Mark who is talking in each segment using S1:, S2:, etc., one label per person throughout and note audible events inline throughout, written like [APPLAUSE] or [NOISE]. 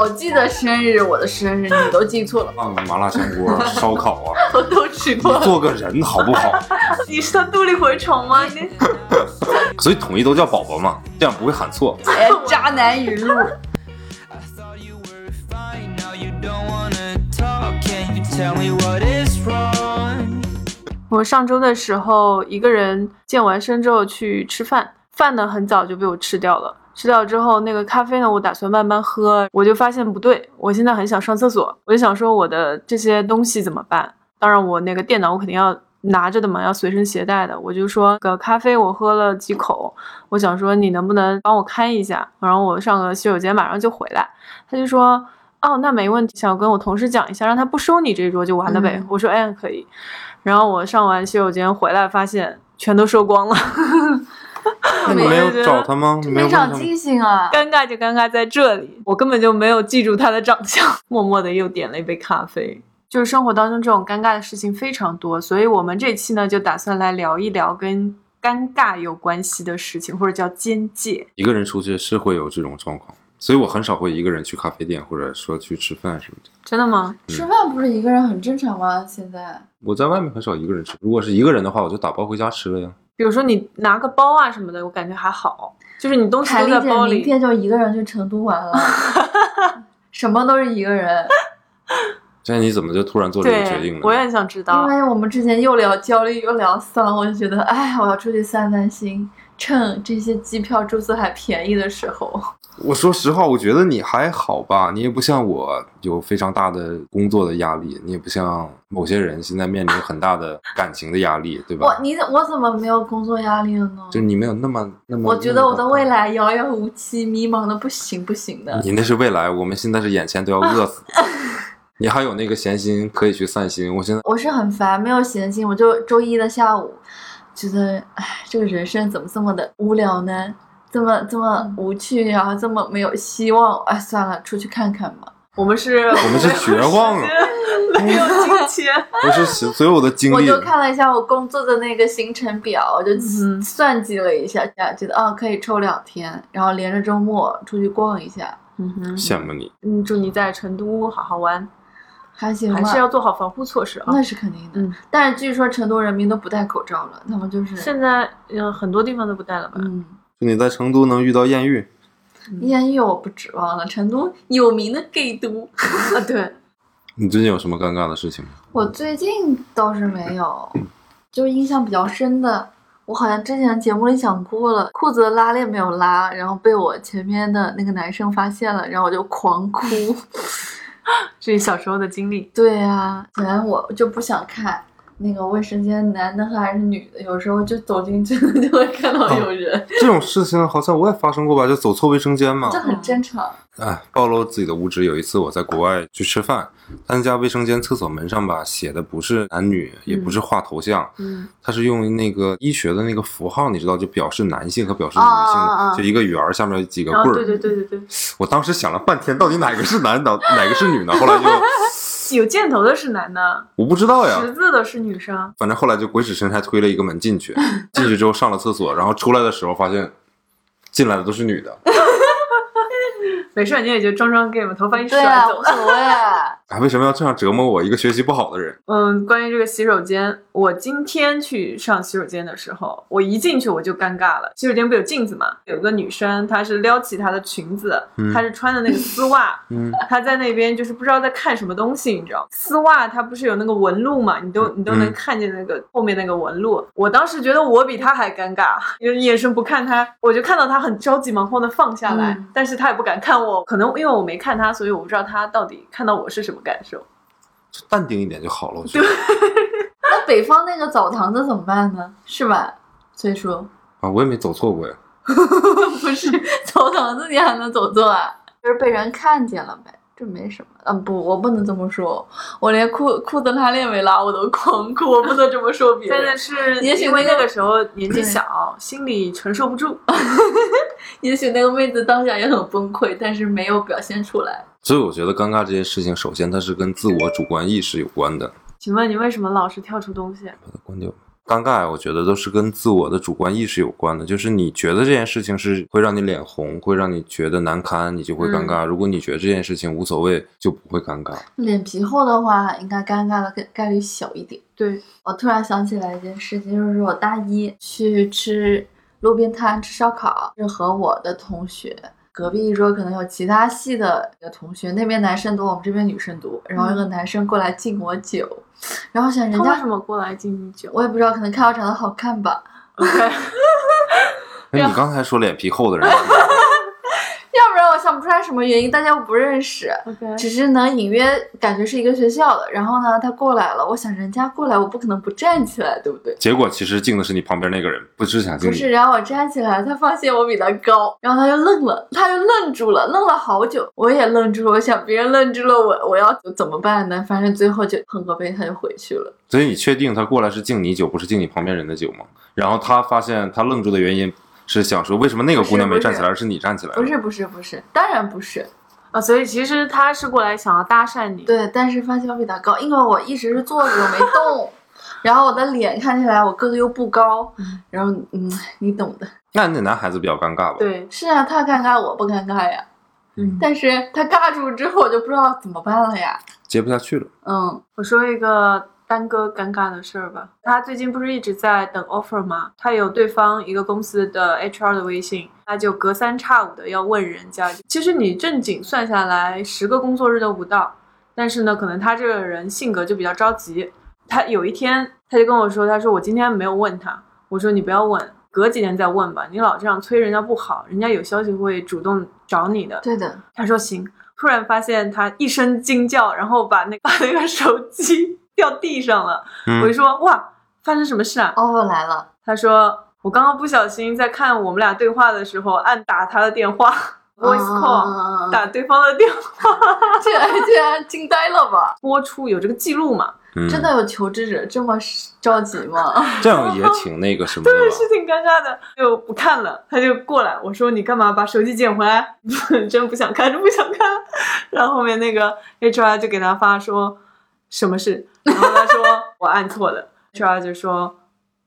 S1: 我记得生日，我的生日你都记错了，
S2: 啊，麻辣香锅、烧烤啊，
S1: [LAUGHS] 我都吃
S2: 你
S1: 过。
S2: 做个人好不好？
S1: 你是他肚里蛔虫
S3: [LAUGHS]
S1: 吗？你
S2: 所以统一都叫宝宝嘛，这样不会喊错。
S1: 哎，渣男语录。
S4: I thought you were fine, now you don't wanna talk. Can you tell me what is wrong?
S3: 我上周的时候一个人健完身之后去吃饭，饭呢很早就被我吃掉了。吃掉之后，那个咖啡呢，我打算慢慢喝，我就发现不对，我现在很想上厕所，我就想说我的这些东西怎么办？当然，我那个电脑我肯定要拿着的嘛，要随身携带的。我就说，个咖啡我喝了几口，我想说你能不能帮我看一下，然后我上个洗手间马上就回来。他就说，哦，那没问题，想跟我同事讲一下，让他不收你这一桌就完了呗。
S1: 嗯
S3: 我说，哎，可以。然后我上完洗手间回来，发现全都收光了，
S2: [LAUGHS] 那你没有找他吗？没有问
S1: 非
S2: 他
S1: 常
S2: 吗？
S1: 清醒啊！
S3: [LAUGHS] 尴尬就尴尬在这里，我根本就没有记住他的长相， [LAUGHS] 默默的又点了一杯咖啡。就是生活当中这种尴尬的事情非常多，所以我们这期呢就打算来聊一聊跟尴尬有关系的事情，或者叫边界。
S2: 一个人出去是会有这种状况，所以我很少会一个人去咖啡店，或者说去吃饭什么的。
S3: 真的吗？
S1: 吃饭不是一个人很正常吗？现在
S2: 我在外面很少一个人吃，如果是一个人的话，我就打包回家吃了呀。
S3: 比如说你拿个包啊什么的，我感觉还好，就是你东西
S1: 凯
S3: 都
S1: 丽
S3: 在
S1: 姐
S3: 包
S1: 明
S3: 里。
S1: 天就一个人去成都玩了， [LAUGHS] 什么都是一个人。
S2: 现在你怎么就突然做这个决定了？
S3: 对，我也很想知
S1: 因
S3: 道。
S1: 为我们之前又聊焦虑又聊丧，我就觉得，哎，我要出去散散心，趁这些机票、住宿还便宜的时候。
S2: 我说实话，我觉得你还好吧，你也不像我有非常大的工作的压力，你也不像某些人现在面临很大的感情的压力，对
S1: 我
S2: 吧？
S1: 你我怎么没有工作压力了呢？
S2: 就你没有那么那么。
S1: 我觉得我的
S2: 那么
S1: 未来遥遥无期，迷茫的不行不行的。
S2: 你那是未来，我们现在是眼前都要饿
S1: [LAUGHS]
S2: 死。你还有那个闲心可以去散心，我现在
S1: 我是很烦，没有闲心，我就周一的下午觉得，哎，这个人生怎么这么的无聊呢？这么这
S3: 嗯
S1: 么无趣，然后这么没有希望，哎，算了，出去看看吧。
S3: 我们是，我
S2: 们是绝望了，啊
S3: [LAUGHS] 没有
S2: [LAUGHS]
S3: 金钱。
S2: 我是所所有的精
S1: 我
S2: 力
S1: 就看了一下我工作的那个行程表，我就
S3: 嗯
S1: 算计了一下，觉得啊可以抽两天，然后连着周末出去逛一下，
S3: 嗯哼，
S2: 羡慕你。
S3: 嗯，祝你在成都好好玩，
S1: 还行吧
S3: 还。是要做好防护措施啊。
S1: 那是肯定的，
S3: 嗯
S1: 但是据说成都人民都不戴口罩了，他们就是，
S3: 现在嗯、呃很多地方都不戴了吧？
S1: 嗯，
S2: 祝你在成都能遇到艳遇。
S3: 嗯
S1: 艳遇我不指望了，成都有名的 gay 都。
S3: 啊，对，
S2: 你最近有什么尴尬的事情吗？
S1: 我最近倒是没有，就印象比较深的，我好像之前节目里讲过了，裤子的拉链没有拉，然后被我前面的那个男生发现了，然后我就狂哭。 [LAUGHS]
S3: 这是小时候的经历。
S1: 对啊，本来我就不想看那个卫生间，男的还是女的，有时候就走进去就会看到有人，
S2: 这种事情好像我也发生过吧，就走错卫生间嘛
S1: 这。很正常。
S2: 哎，暴露自己的无知。有一次我在国外去吃饭，他那家卫生间厕所门上吧写的不是男女，也不是画头像，
S3: 嗯，
S2: 它是用那个医学的那个符号，你知道，就表示男性和表示女性的，
S3: 哦
S1: 啊啊啊
S2: 就一个圆儿下面几个
S3: 然后
S2: 棍儿。
S3: 哦对对对对对，
S2: 我当时想了半天，到底哪个是男的，哪个是女的？后来就
S3: [LAUGHS] 有箭头的是男的，
S2: 我不知道哦
S3: 十
S2: 呀。
S3: 字的是女生。
S2: 反正后来就鬼使神差推了一个门进去，进去之后上了厕所，然后出来的时候发现进来的都是女的，
S3: 没事，你也就装装 game，头发一
S1: 对
S3: 甩
S1: 啊，
S3: 走
S1: 无。所
S2: [LAUGHS]
S1: 谓啊。
S2: 啊，为什么要这样折磨我一个学习不好的人？
S3: 嗯，关于这个洗手间，我今天去上洗手间的时候，我一进去我就尴尬了。洗手间不有镜子嘛？有一个女生，她是撩起她的裙子，
S2: 嗯
S3: 她是穿的那个丝袜，
S2: 嗯，
S3: 她在那边就是不知道在看什么东西，你知道吗？丝袜它不是有那个纹路嘛？你都你都能
S2: 嗯
S3: 看见那个后面那个纹路。我当时觉得我比她还尴尬，就是眼神不看她，我就看到她很着急忙慌的放下来，
S1: 嗯
S3: 但是她也不敢看我，可能因为我没看她，所以我不知道她到底看到我是什么感受。
S2: 就淡定一点就好了。我觉得
S1: 那北方那个澡堂子怎么办呢？是吧？崔叔，
S2: 啊，我也没走错过呀。
S1: [LAUGHS] 不是澡堂子你还能走错啊？就是被人看见了呗，这没什么。嗯，不，我不能这么说，我连裤裤子拉链没拉我都狂 [LAUGHS] 哭，我不能这么说别
S3: 真
S1: 人
S3: 的。是，
S1: 也许
S3: 因为
S1: 那
S3: 那
S1: 个哦
S3: 个时候年纪小，心里承受不住。
S1: 也许那个妹子当下也很崩溃，但是没有表现出来。
S2: 所以我觉得尴尬这件事情，首先它是跟自我主观意识有关的。
S3: 请问你为什么老是跳出东西？啊
S2: 把它关掉。尴尬，我觉得都是跟自我的主观意识有关的。就是你觉得这件事情是会让你脸红，会让你觉得难堪，你就会尴
S1: 嗯
S2: 尬；如果你觉得这件事情无所谓，就不会尴尬。
S1: 脸皮厚的话，应该尴尬的概概率小一点。
S3: 对，
S1: 我突然想起来一件事情，就是我大一去吃路边摊吃烧烤，是和我的同学。隔壁一桌可能有其他系的一个同学，那边男生多，我们这边女生多。然后有个男生过来敬我酒，然后想人
S3: 他为
S1: 家
S3: 什么过来敬你酒啊
S1: 我也不知道，可能看我长得好看吧，
S3: ？OK，
S2: 哎，
S1: 啊
S3: 呀
S2: 你刚才说脸皮厚的人，
S1: 要不然我想不出来什么原因，大家又不认识，
S3: OK，
S1: 只是能隐约感觉是一个学校的。然后呢，他过来了，我想人家过来，我不可能不站起来，对不对？
S2: 结果其实敬的是你旁边那个人，不是想敬
S1: 不
S2: 你
S1: 是，。然后我站起来，他发现我比他高，然后他就愣了，他就愣住了，愣了好久，我也愣住了。我想别人愣住了，我我要怎么办呢？反正最后就碰个杯，他就回去了。
S2: 所以你确定他过来是敬你酒，不是敬你旁边人的酒吗？然后他发现他愣住的原因是想说，为什么那个姑娘没站起来，而是你站起来了？
S1: 不是不是不是，当然不是，
S3: 啊，所以其实他是过来想要搭讪你。
S1: 对，但是发现我比他高，因为我一直是坐着，我没动。 [LAUGHS] 然后我的脸看起来我个子又不高
S3: 嗯，
S1: 然后嗯，你懂的。
S2: 那那男孩子比较尴尬吧？
S3: 对，
S1: 是啊，他尴尬我不尴尬呀，
S2: 嗯
S1: 但是他尬住之后我就不知道怎么办了呀。
S2: 接不下去了。
S1: 嗯，
S3: 我说一个丹哥尴尬的事儿吧。他最近不是一直在等 offer 吗？他有对方一个公司的 HR 的微信，他就隔三差五的要问人家。其实你正经算下来，十个工作日都不到。但是呢，可能他这个人性格就比较着急。他有一天他就跟我说，他说我今天没有问他，我说你不要问，隔几天再问吧，你老这样催人家不好，人家有消息会主动找你的。
S1: 对的，
S3: 他说行，突然发现他一声惊叫，然后把那把那个 [LAUGHS] 手机掉地上了。我就
S2: 嗯，
S3: 说哇，发生什么事啊？
S1: 哦，我来了。
S3: 他说我刚刚不小心在看我们俩对话的时候按打他的电话，voice [LAUGHS] call。
S1: 嗯
S3: 打对方的电话
S1: [LAUGHS] 这这样惊呆了吧？
S3: 播出有这个记录嘛？
S2: 嗯
S1: 真的有求职者这么着急吗？ [LAUGHS]
S2: 这样也挺那个什么的
S3: 对，是
S2: 吧？
S3: 挺尴尬的，就不看了。他就过来，我说你干嘛把手机捡回来？ [LAUGHS] 真不想看，真不想看。然后后面那个 HR 就给他发说什么事，然后他说我按错了，HR 就说。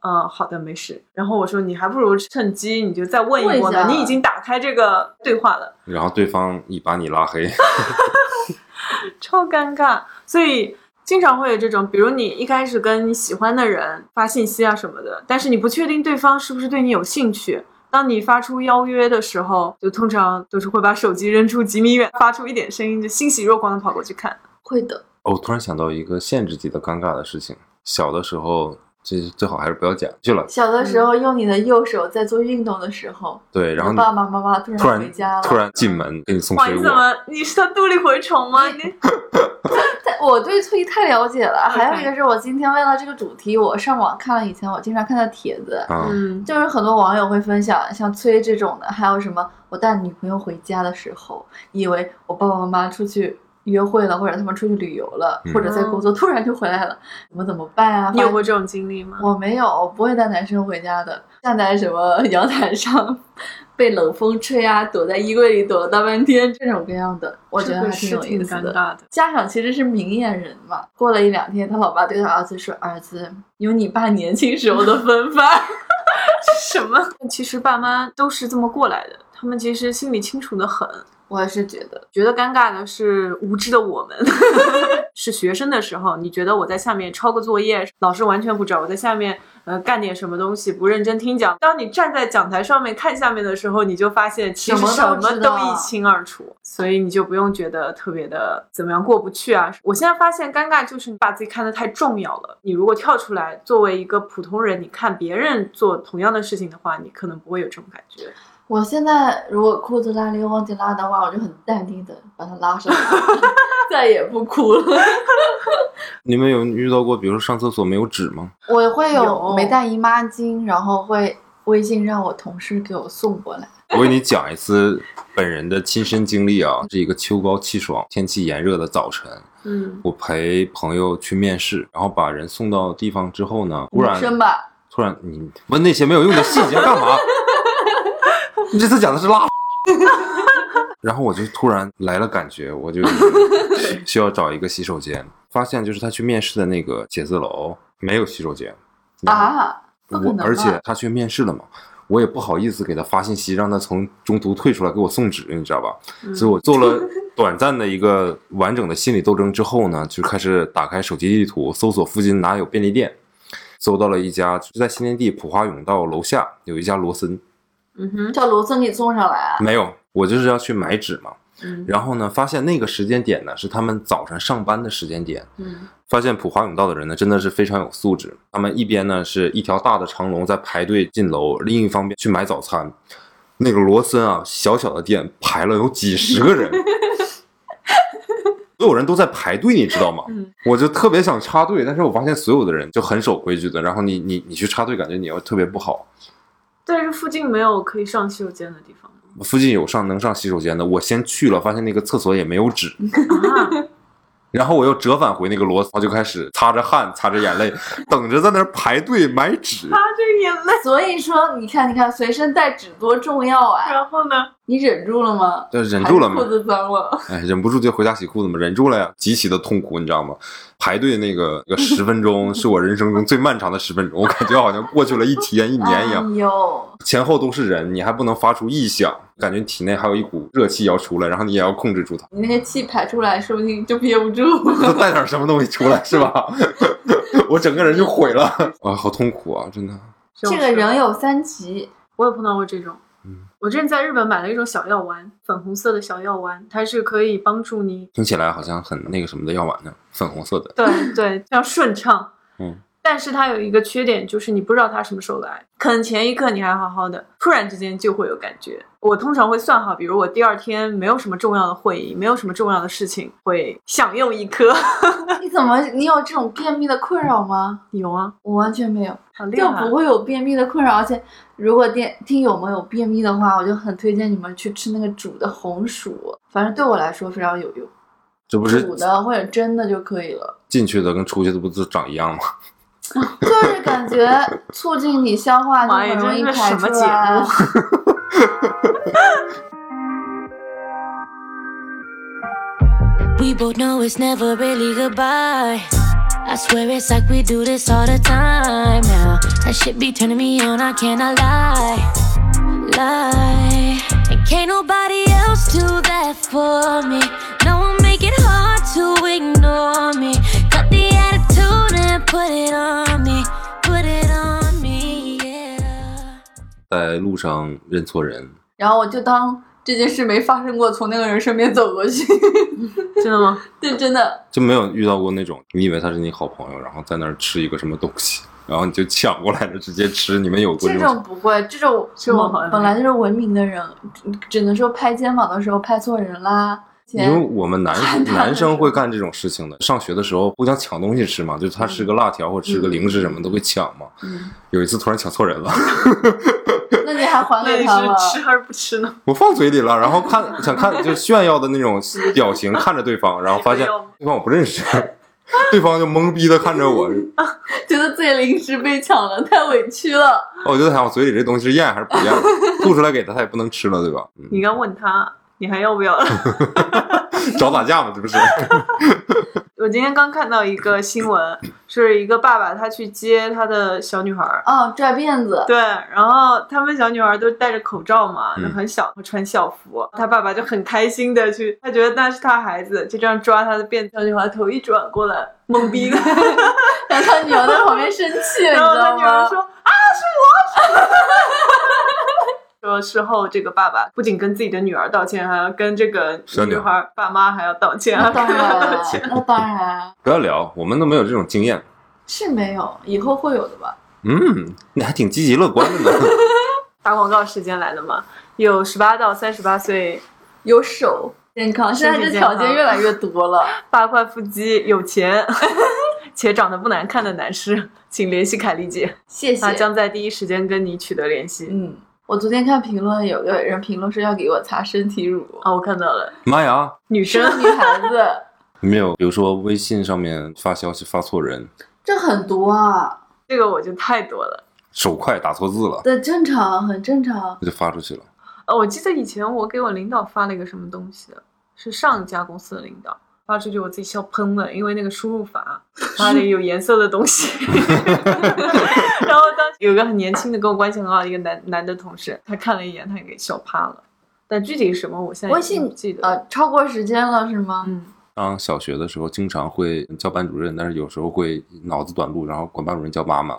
S3: 嗯，好的，没事。然后我说，你还不如趁机你就再问一
S1: 问
S3: 问
S1: 一下
S3: 呢，你已经打开这个对话了，
S2: 然后对方一把你拉黑，
S3: 超尴尬。所以经常会有这种，比如你一开始跟你喜欢的人发信息啊什么的，但是你不确定对方是不是对你有兴趣。当你发出邀约的时候，就通常都是会把手机扔出几米远，发出一点声音，就欣喜若狂的跑过去看。
S1: 会的，
S2: 哦我突然想到一个限制级的尴尬的事情。小的时候，这最好还是不要讲去了。
S1: 小的时候用你的右手在做运动的时候，
S2: 对，然后你
S1: 爸爸妈妈突
S2: 突
S1: 然回
S2: 然
S1: 家了，
S2: 突然进门给你送
S3: 哇，
S2: 水
S3: 你
S2: 果
S3: 怎，么？你是他肚里蛔虫吗？你
S1: 在我对推太了解了。
S3: OK
S1: 还有一个是我今天为了这个主题，我上网看了以前我经常看的帖子。
S2: 啊，
S3: 嗯，
S1: 就是很多网友会分享像催这种的，还有什么我带女朋友回家的时候，以为我爸爸妈妈出去约会了，或者他们出去旅游了，
S2: 嗯
S1: 或者在工作，突然就回来了，我们怎么办啊？
S3: 你有
S1: 发
S3: 过这种经历吗？
S1: 我没有，我不会带男生回家的。站在什么 [LAUGHS] 阳台上，被冷风吹啊，躲在衣柜里躲了大半天，这种各样的，我觉得还
S3: 这个
S1: 挺
S3: 是
S1: 有意
S3: 挺
S1: 思
S3: 尴
S1: 的。
S3: 尬的。 [LAUGHS]
S1: 家长其实是明眼人嘛。过了一两天，他老爸对他儿子说：“儿子，有你爸年轻时候的风范。
S3: 什么？其实爸妈都是这么过来的，他们其实心里清楚的很。”
S1: [LAUGHS] 我也是觉得，
S3: 觉得尴尬的是无知的我们， [LAUGHS] 是学生的时候，你觉得我在下面抄个作业，老师完全不知道我在下面呃干点什么东西，不认真听讲。当你站在讲台上面看下面的时候，你就发现其实
S1: 什
S3: 什
S1: 么都
S3: 么
S1: 知
S3: 都
S1: 道
S3: 一清二楚，所以你就不用觉得特别的怎么样过不去啊。我现在发现尴尬就是你把自己看得太重要了。你如果跳出来，作为一个普通人，你看别人做同样的事情的话，你可能不会有这种感觉。
S1: 我现在如果裤子拉链忘记拉的话，我就很淡定的把它拉上来， [LAUGHS] 再也不哭了。 [LAUGHS]
S2: 你们有遇到过，比如说上厕所没有纸吗？
S1: 我会有
S3: 有
S1: 没带姨妈巾，然后会微信让我同事给我送过来。
S2: 我给你讲一次本人的亲身经历啊，是一个秋高气爽、天气炎热的早晨，
S3: 嗯，
S2: 我陪朋友去面试，然后把人送到地方之后呢，突然
S1: 女生吧，
S2: 突然你问那些没有用的细节干
S1: [LAUGHS]
S2: 嘛？你这次讲的是拉。 [LAUGHS] 然后我就突然来了感觉，我就需需要找一个洗手间，发现就是他去面试的那个写字楼没有洗手间，
S1: 啊，不可
S2: 我
S1: 能吧
S2: 而且他去面试了嘛，我也不好意思给他发信息，让他从中途退出来给我送纸，你知道吧？
S3: 嗯
S2: 所以我做了短暂的一个完整的心理斗争之后呢，就开始打开手机地图搜索附近哪有便利店，搜到了一家就在新天地普华永道楼下有一家罗森，
S3: 嗯哼，
S1: 叫罗森给送上来啊，
S2: 没有，我就是要去买纸嘛。
S3: 嗯
S2: 然后呢，发现那个时间点呢是他们早晨上班的时间点，
S3: 嗯
S2: 发现普华永道的人呢，真的是非常有素质。他们一边呢是一条大的长龙在排队进楼，另一方面去买早餐。那个罗森啊，小小的店排了有几十
S3: [LAUGHS]
S2: 个人，所有人都在排队，你知道吗？
S3: 嗯
S2: 我就特别想插队，但是我发现所有的人就很守规矩的。然后你你你去插队，感觉你要特别不好。
S3: 但是附近没有可以上洗手间的地方吗
S2: 附近有上能上洗手间的，我先去了，发现那个厕所也没有纸，
S1: [LAUGHS]
S3: 啊，
S2: 然后我又折返回那个罗森，我就开始擦着汗、擦着眼泪，等着在那儿排队买纸。
S3: 擦着眼泪。
S1: 所以说你看你看随身带纸多重要啊，
S3: 然后呢？
S1: 你忍住了吗？
S2: 这忍住了
S1: 还是裤
S2: 吗？
S1: 子脏了，
S2: 哎，忍不住就回家洗裤子嘛，忍住了呀，极其的痛苦，你知道吗？排队那个个十分
S1: [LAUGHS]
S2: 钟是我人生中最漫长的十分钟，我感觉好像过去了一天一年一样，
S1: 哎呦，
S2: 前后都是人，你还不能发出异响，感觉体内还有一股热气要出来，然后你也要控制住它，
S1: 你那个气排出来，说不定就憋不住。
S2: 就 [LAUGHS] 带点什么东西出来是吧？ [LAUGHS] 我整个人就毁了，啊，好痛苦啊，真的。
S1: 这个人有三急，
S3: 我也碰到过这种。
S2: 嗯
S3: 我之前在日本买了一种小药丸，粉红色的小药丸，它是可以帮助
S1: [LAUGHS]
S3: 你
S2: 听起来好像很那个什么的药丸呢，粉红色的，
S3: 对对要顺畅。
S2: 嗯，
S3: 但是它有一个缺点，就是你不知道它什么时候来。可能前一刻你还好好的，突然之间就会有感觉。我通常会算好，比如我第二天没有什么重要的会议，没有什么重要的事情，会享用一颗。 [LAUGHS]
S1: 你怎么你有这种便秘的困扰吗？
S3: 有啊，
S1: 我完全没有，
S3: 好厉
S1: 就
S2: 啊
S3: 害！
S1: 不会有便秘的困扰。而且如果电听友们有便秘的话，我就很推荐你们去吃那个煮的红薯，反正对我来说非常有用，
S2: 这不是
S1: 煮的或者蒸的就可以
S2: [LAUGHS]
S1: 了，
S2: 进去的跟出去的不都长一样吗？
S1: 就是感觉促进你消化，就
S3: 妈呀
S1: 很容易
S3: 这是
S1: 排
S3: 什
S1: 出
S3: 么节
S1: 来
S3: 目。
S5: We both know it's never really goodbye. I swear it's like we do this all the time now. That shit be turning me on, I cannot lie. Lie. And can't nobody else do that for me. No one make it hard to ignore me. Cut the attitude and put it on me. Put it on me, yeah.
S2: 在路上认错人，
S1: [LAUGHS] 然后我就当这件事没发生过，从那个人身边走过去。 [LAUGHS]
S3: 真的吗？
S1: 对，真的，
S2: 就没有遇到过那种你以为他是你好朋友，然后在那儿吃一个什么东西，然后你就抢过来了直接吃，你们有过
S1: 这
S2: 这
S1: 种
S2: 种？
S1: 不会，这种
S3: [LAUGHS] 这种
S1: 我
S3: 好像没有
S1: 本来就是文明的人，只只能说拍肩膀的时候拍错人啦。
S2: 因为我们男
S1: 看到
S2: 男生会干这种事情的，上学的时候互相抢东西吃嘛，就是他吃个辣条或者吃个零食什么都会抢嘛。
S1: 嗯
S2: 有一次突然抢错人了，
S1: 那你还还
S3: 那
S1: 给
S3: 你
S1: 他吗？
S3: 是吃还是不吃呢？
S2: 我放嘴里了，然后
S3: [LAUGHS]
S2: 看想看就炫耀的那种表情看着对方， [LAUGHS] 然后发现
S3: 哎呦
S2: 对方我不认识， [LAUGHS] 对方就懵逼的看着
S3: [LAUGHS]
S2: 我，哦
S1: 觉得自己零食被抢了，太委屈了。
S2: 我就在想我嘴里这东西是咽还是不咽，吐出来给他他也不能吃了，对吧？
S3: [LAUGHS]
S2: 嗯
S3: 你应该问他，你还要不 [LAUGHS] 要了？
S2: 找打架嘛，这不是？ [LAUGHS]
S3: 我今天刚看到一个新闻，是一个爸爸他去接他的小女孩儿，
S1: 啊，拽辫子，
S3: 对，然后他们小女孩都戴着口罩嘛，
S2: 嗯
S3: 就很小，穿校服。他爸爸就很开心的去，他觉得那是他孩子，就这样抓他的辫子。小女孩头一转过来，懵逼的，
S1: 然后他女儿在旁边生
S3: [LAUGHS]
S1: 气了，你知
S3: 然后他
S1: 道
S3: 女儿
S1: 吗？
S3: 说：“啊，是我。” [LAUGHS] 说事后，这个爸爸不仅跟自己的女儿道歉，还要跟这个
S2: 小女
S3: 女
S2: 孩
S3: 孩爸妈还要道歉，还
S1: 那当
S3: 要跟 [LAUGHS] 他
S1: 然
S3: 道
S1: 啊
S3: 歉。，
S1: 那当然
S2: 不要聊，我们都没有这种经验。
S1: 是没有，以后会有的吧？
S2: 嗯，你还挺积极乐观的呢。 [LAUGHS]
S3: 打广告时间来了嘛，有十八到三十八岁，
S1: 有手健康，现在这
S3: 身体健
S1: 条
S3: 康
S1: 件越来越多了。
S3: 八块腹肌，有钱 [LAUGHS] 且长得不难看的男士，请联系凯丽姐，
S1: [LAUGHS] 谢谢
S3: 她。将在第一时间跟你取得联系。
S1: 嗯，我昨天看评论，有个人评论说要给我擦身体乳，
S3: 啊，我看到了，
S2: 妈呀，
S3: 女
S1: 是
S3: 生
S1: 个女孩子，
S2: 有没有？比如说微信上面发消息发错人，
S1: [LAUGHS] 这很多啊，
S3: 这个我就太多了。
S2: 手快打错字了，
S1: 对，正常，很正常。
S2: 那就发出去了。
S3: 呃，我记得以前我给我领导发了一个什么东西，是上一家公司的领导发出去，我自 [LAUGHS] 己笑喷了，因为那个输入法发了有颜色的东西，有一个很年轻的，跟我关系很好的一个男男的同事，他看了一眼，他给笑趴了。但具体是什么，我现在
S1: 微
S3: 已经
S1: 信
S3: 不记得了。
S1: 呃超过时间了是吗？
S3: 嗯，
S2: 上小学的时候，经常会叫班主任，但是有时候会脑子短路，然后管班主任叫妈
S1: [LAUGHS]
S2: 妈。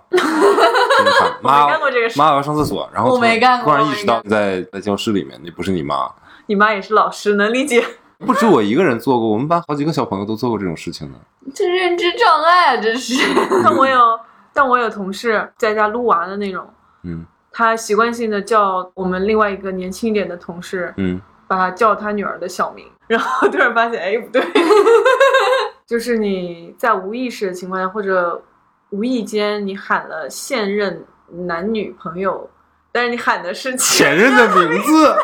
S2: 就是喊妈
S3: 我没干过这个，事
S2: 妈，我要上厕所。然后
S1: 我
S2: 突然
S1: 没干过
S2: 突然
S1: 我
S2: 意
S1: 没
S2: 识到
S1: 干
S2: 在在教室里面，那不是你妈。
S3: 你妈也是老师，能理解。 [LAUGHS]
S2: 不止我一个人做过，我们班好几个小朋友都做过这种事情呢。
S1: 这认知障碍啊，这是。
S3: 但我有，但我有同事在家撸娃的那种，
S2: 嗯
S3: 他习惯性的叫我们另外一个年轻一点的同事，
S2: 嗯，
S3: 把他叫他女儿的小名，然后突然发现，哎，不对， [LAUGHS] 就是你在无意识的情况下，或者无意间你喊了现任男女朋友，但是你喊的是
S2: 前任的名字。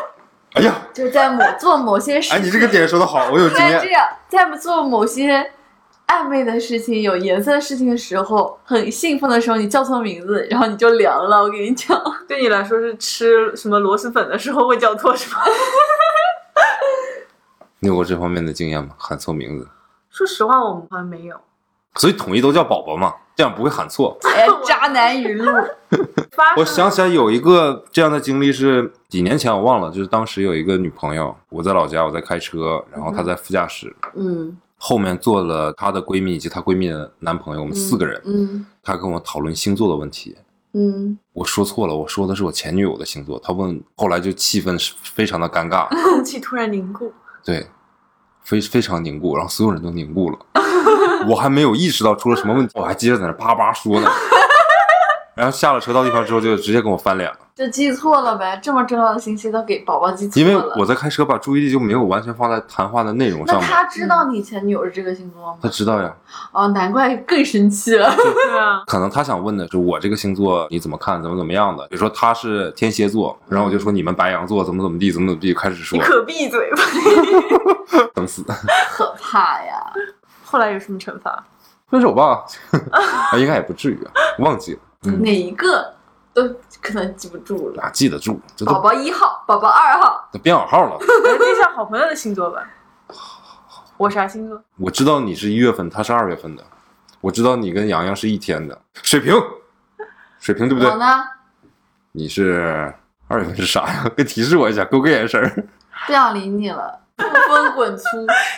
S2: 哎呀，
S1: [LAUGHS] 就在某做某些事
S2: 哎，你
S1: 情，
S2: 这个点说的好，我有经
S1: 在哎这
S2: 验。
S1: 样在做某些暧昧的事情、有颜色的事情的时候，很兴奋的时候，你叫错名字，然后你就凉了。我跟你讲，
S3: 对你来说是吃什么螺蛳粉的时候会叫错是吗？
S2: 你有过这方面的经验吗？喊错名字，
S3: [LAUGHS] 说实话，我们好像没有。
S2: 所以统一都叫宝宝嘛，这样不会喊错。
S1: [LAUGHS] 哎，渣男语录，
S2: [LAUGHS]
S3: 发
S2: 我
S3: 生
S2: 想起来有一个这样的经历是几年前我忘了，就是当时有一个女朋友，我在老家，我在开车，然后她在副驾驶，
S1: 嗯
S2: 后面坐了她的闺蜜以及她闺蜜的男朋友，我们四个人，
S1: 嗯
S2: 她跟我讨论星座的问题，
S1: 嗯，
S2: 我说错了，我说的是我前女友的星座，她问，后来就气氛是非常的尴尬，
S3: 空气突然凝固， [LAUGHS]
S2: 对，非非常凝固，然后所有人都凝固了，我还没有意识到出了什么问题，我还接着在那叭叭说呢，然后下了车到地方之后就直接跟我翻脸了。
S1: 就记错了呗，这么重要的信息都给宝宝记错
S2: 因
S1: 了。
S2: 为我在开车吧，注意力就没有完全放在谈话的内容
S1: 那
S2: 上面。
S1: 他知道
S3: 嗯
S1: 你前女友是这个星座吗？
S2: 他知道呀，
S1: 哦，难怪更生气了。
S3: 对啊，
S2: 可能他想问的是我这个星座你怎么看，怎么怎么样的。比如说他是天蝎座，然后我就说你们白羊座怎么怎么地，怎么怎么地，开始说
S3: 你可闭嘴吧。 [LAUGHS]
S2: 等死。
S1: 可怕呀！
S3: 后来有什么惩罚？
S2: 分手吧， [LAUGHS] 啊应该也不至于啊，忘记了，嗯，
S1: 哪一个都可能记不住了。
S2: 哪啊记得住？这
S1: 宝
S2: 都
S1: 宝一号，宝宝二号，
S2: 都编好号了。
S3: 来记一下好朋友的星座吧。我啥星座？
S2: 我知道你是一月份，他是二月份的，我知道你跟洋洋是一天的。水瓶，水瓶对不对
S1: 我？呢？
S2: 你是二月份是啥呀？ [LAUGHS] 给提示我一下，给我个眼神儿。
S1: [LAUGHS] 不想理你了，不风滚粗。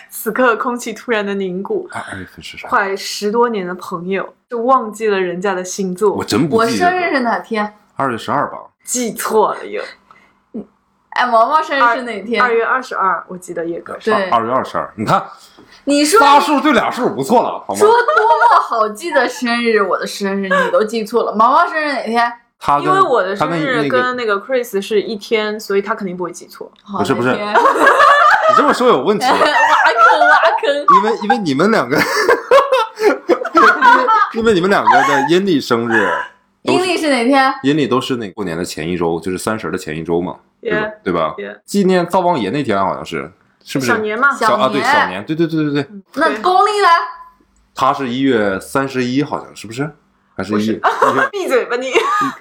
S3: 此刻空气突然的凝固，
S2: 二月份是啥？
S3: 快十多年的朋友就忘记了人家的星
S2: 我
S3: 座，
S2: 真 [LAUGHS] 不
S1: 我
S2: 记
S1: 生
S2: 得
S1: 日
S2: 了。
S1: 是哪天？
S2: 二月十二吧，
S3: 记错了又。
S1: 哎，毛毛生日是哪天？
S3: 二月二十二，我记得叶哥。
S1: 对
S2: 二月二十二。你看，
S1: 你说
S2: 仨数对俩数不错了，好吗
S1: 说？多么好记的生日，我的生日你都记错了。毛毛生日哪天？
S2: 他跟
S3: 因为我的
S2: 他
S3: 生
S2: 跟你
S3: 日
S2: 那个，
S3: 跟那个 Chris 是一天，所以他肯定不会记错。
S1: 好
S2: 不是不是
S1: 哪天 [LAUGHS]
S2: 你这么说有问题，
S1: 挖坑挖坑。
S2: 因为因为你们两个， [LAUGHS] 因为因为你们两个的阴历生日，
S1: 阴历是哪天？
S2: 阴历都是那过年的前一周，就是三十的前一周嘛，对吧
S3: Yeah，
S2: 对吧
S3: yeah？
S2: 纪念灶王爷那天好像是，是不是
S3: 小？年嘛，
S1: 小
S2: 啊，对，
S1: 年嗯
S2: 小年，对对对对对，
S1: 那公历呢？
S2: 他是一月三十一，好像是不是？还是一月
S3: 闭嘴吧你！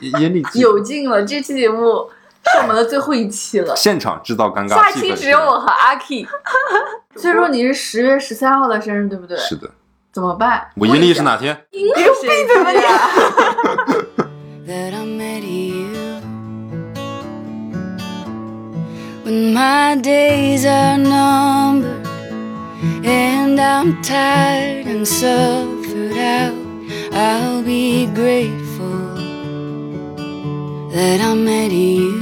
S2: 一月阴历纪，
S1: [LAUGHS] 有劲了，这期节目是我们的最后一期了
S2: 现场制造尴尬
S1: 下
S2: 气氛
S1: 期
S2: 是
S1: 只有
S2: 吧
S1: 我和阿
S3: [LAUGHS]
S1: K。所以说你是十月十三号的生日，对不对？
S2: 是的，
S1: 怎么办？
S2: 我阴历是哪天？
S1: 阴历是哪天呀？
S5: that I met you. When my days are numbered and I'm tired and suffered out, I'll be grateful that I met you.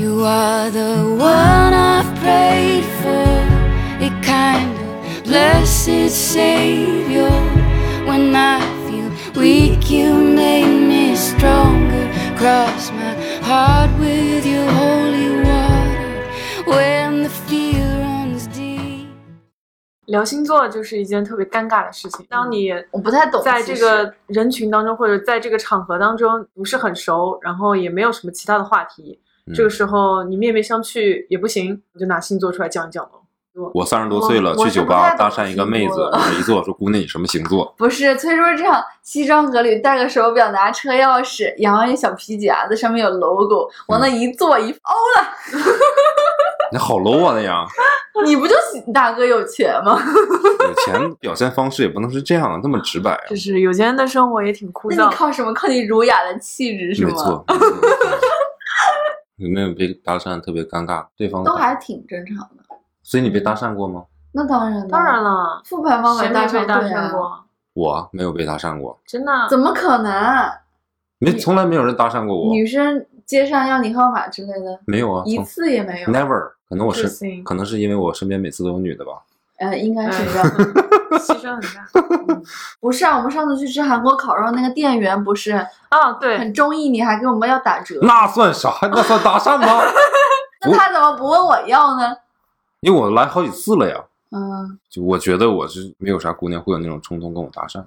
S5: You are the one I've prayed for, a kind of blessed Savior. When I feel weak, you made me stronger. Cross my heart with your holy water. When the fear runs deep.
S3: 聊星座就是一件特别尴尬的事情。当你
S1: 我不太懂，
S3: 在
S1: 其
S3: 这
S1: 实
S3: 个人群当中，或者在这个场合当中不是很熟，然后也没有什么其他的话题，
S2: 嗯
S3: 这个时候你面面相觑也不行，你就拿星座出来讲一讲喽。
S2: 我三十多岁了，
S1: 我
S2: 去酒
S1: 我是
S2: 吧
S1: 不太
S2: 搭
S1: 懂
S2: 讪一个妹
S1: 星
S2: 子
S1: 座，的
S2: 往那一坐，说姑娘你什么星座？
S1: 不是崔叔这样西装革履，戴个手表，拿车钥
S2: 嗯
S1: 匙，洋洋一小皮夹子，上面有 logo，往那一坐一哦了，
S2: 你好 low 啊那样，
S1: 你不就是大哥有钱吗？
S2: 有钱表现方式也不能是这样，那么直白啊。
S3: 就是有钱人的生活也挺枯
S1: 那你
S3: 燥。
S1: 靠什么？靠你儒雅的气质是
S2: 没
S1: 吗？ [LAUGHS]
S2: 错，没错没错有没有被搭讪特别尴尬？对方的
S1: 都
S2: 搭
S1: 还挺正常的。
S2: 所以你被搭讪过吗？
S1: 那当然，
S3: 当然，了，
S1: 副牌方
S3: 谁
S1: 没
S3: 没
S1: 搭
S3: 被
S1: 上
S3: 搭
S1: 对
S3: 讪
S1: 啊，
S3: 过？
S2: 我没有被搭讪过，
S3: 真的？
S1: 怎么可能？
S2: 没从来没有人搭讪过我，
S1: 女生街上要你号码之类的，
S2: 没有啊，
S1: 一
S2: 从
S1: 次也没有。
S2: never。可能我 [LAUGHS]
S3: 不
S2: 是
S3: 行
S2: 可能是因为我身边每次都有女的吧。
S1: 呃，应该
S3: 嗯
S1: 是这样。
S3: [LAUGHS] 牺牲很大。
S1: 不是啊，我们上次去吃韩国烤肉，那个店员不是
S3: 啊，对，
S1: 很中意你，还给我们要打折。
S2: 那算啥？那算搭讪
S1: [LAUGHS]
S2: 吗？
S1: 那他怎么不问我要呢？
S2: 因为我来好几次了呀。
S1: 嗯，
S2: 就我觉得我是没有啥姑娘会有那种冲动跟我搭讪。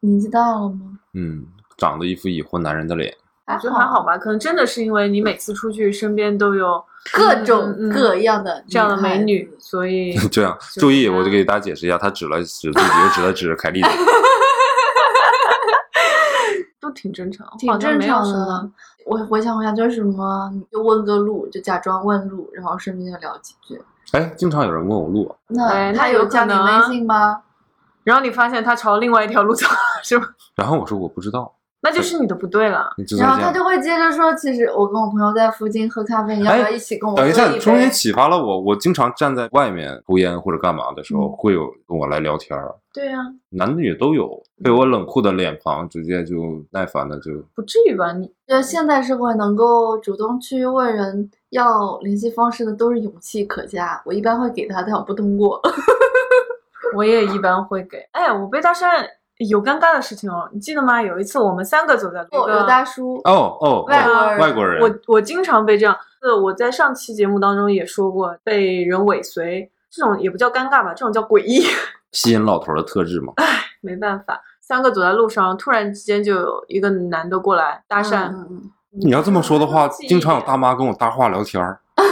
S1: 年纪大了吗？啊
S2: 嗯，长得一副已婚男人的脸， [LAUGHS]
S3: 我觉得还啊好吧，可能真的是因为你每次出去身边都有
S1: 各种
S3: 嗯嗯嗯
S1: 各样的
S3: 这样的美
S1: 孩
S3: 女
S1: 子，
S3: 所以
S2: 这样。
S3: 是
S2: 注意，
S3: 啊
S2: 我就给大家解释一下，他指了指自己，又指了指凯
S1: [LAUGHS]
S2: 莉的。
S3: 都挺正常，
S1: 挺
S3: 好像
S1: 正
S3: 没有
S1: 常
S3: 什
S1: 的
S3: 么。。
S1: 我回想回想，就是什么就问个路，就假装问路，然后顺便就聊几句。
S2: 哎，经常有人问我路啊，
S1: 那
S3: 哎
S1: 他
S3: 那有
S1: 加
S3: 可
S1: 你
S3: 能
S1: 微
S3: 啊
S1: 信吗？
S3: 然后你发现他朝另外一条路走， [LAUGHS] 是吧？
S2: 然后我说我不知道，
S3: 那就是你的不对了。
S2: 你就在
S1: 然后
S2: 这
S1: 他
S2: 样。
S1: 就会接着说，其实我跟我朋友在附近喝咖啡，你要不要
S2: 哎
S1: 一起跟我喝
S2: 等一下，
S1: 杯
S2: 你中间启发了我。我经常站在外面抽烟或者干嘛的时候，
S1: 嗯
S2: 会有跟我来聊天儿，
S3: 对呀、
S2: 男女都有。被我冷酷的脸庞直接就耐烦的就，
S3: 不至于吧？你
S1: 觉得现代社会能够主动去问人要联系方式的都是勇气可嘉。我一般会给他，但我不通
S3: [LAUGHS]
S1: 过。
S3: 我也一般会给。哎，我被搭讪有尴尬的事情哦，你记得吗？有一次我们三个走在路呃
S1: 有大叔，
S2: 哦哦，
S1: 外
S2: 哦
S1: 国人
S2: 外国人，
S3: 我我经常被这样。呃，我在上期节目当中也说过，被人尾随，这种也不叫尴尬吧，这种叫诡异。 [LAUGHS]
S2: 吸引老头儿的特质嘛。
S3: 没办法，三个走在路上，突然之间就有一个男的过来 [LAUGHS] 搭讪。
S1: 嗯嗯嗯
S2: 你要这么说的话，
S3: 记忆
S2: 经常有大妈跟我搭话聊天儿，
S3: 哎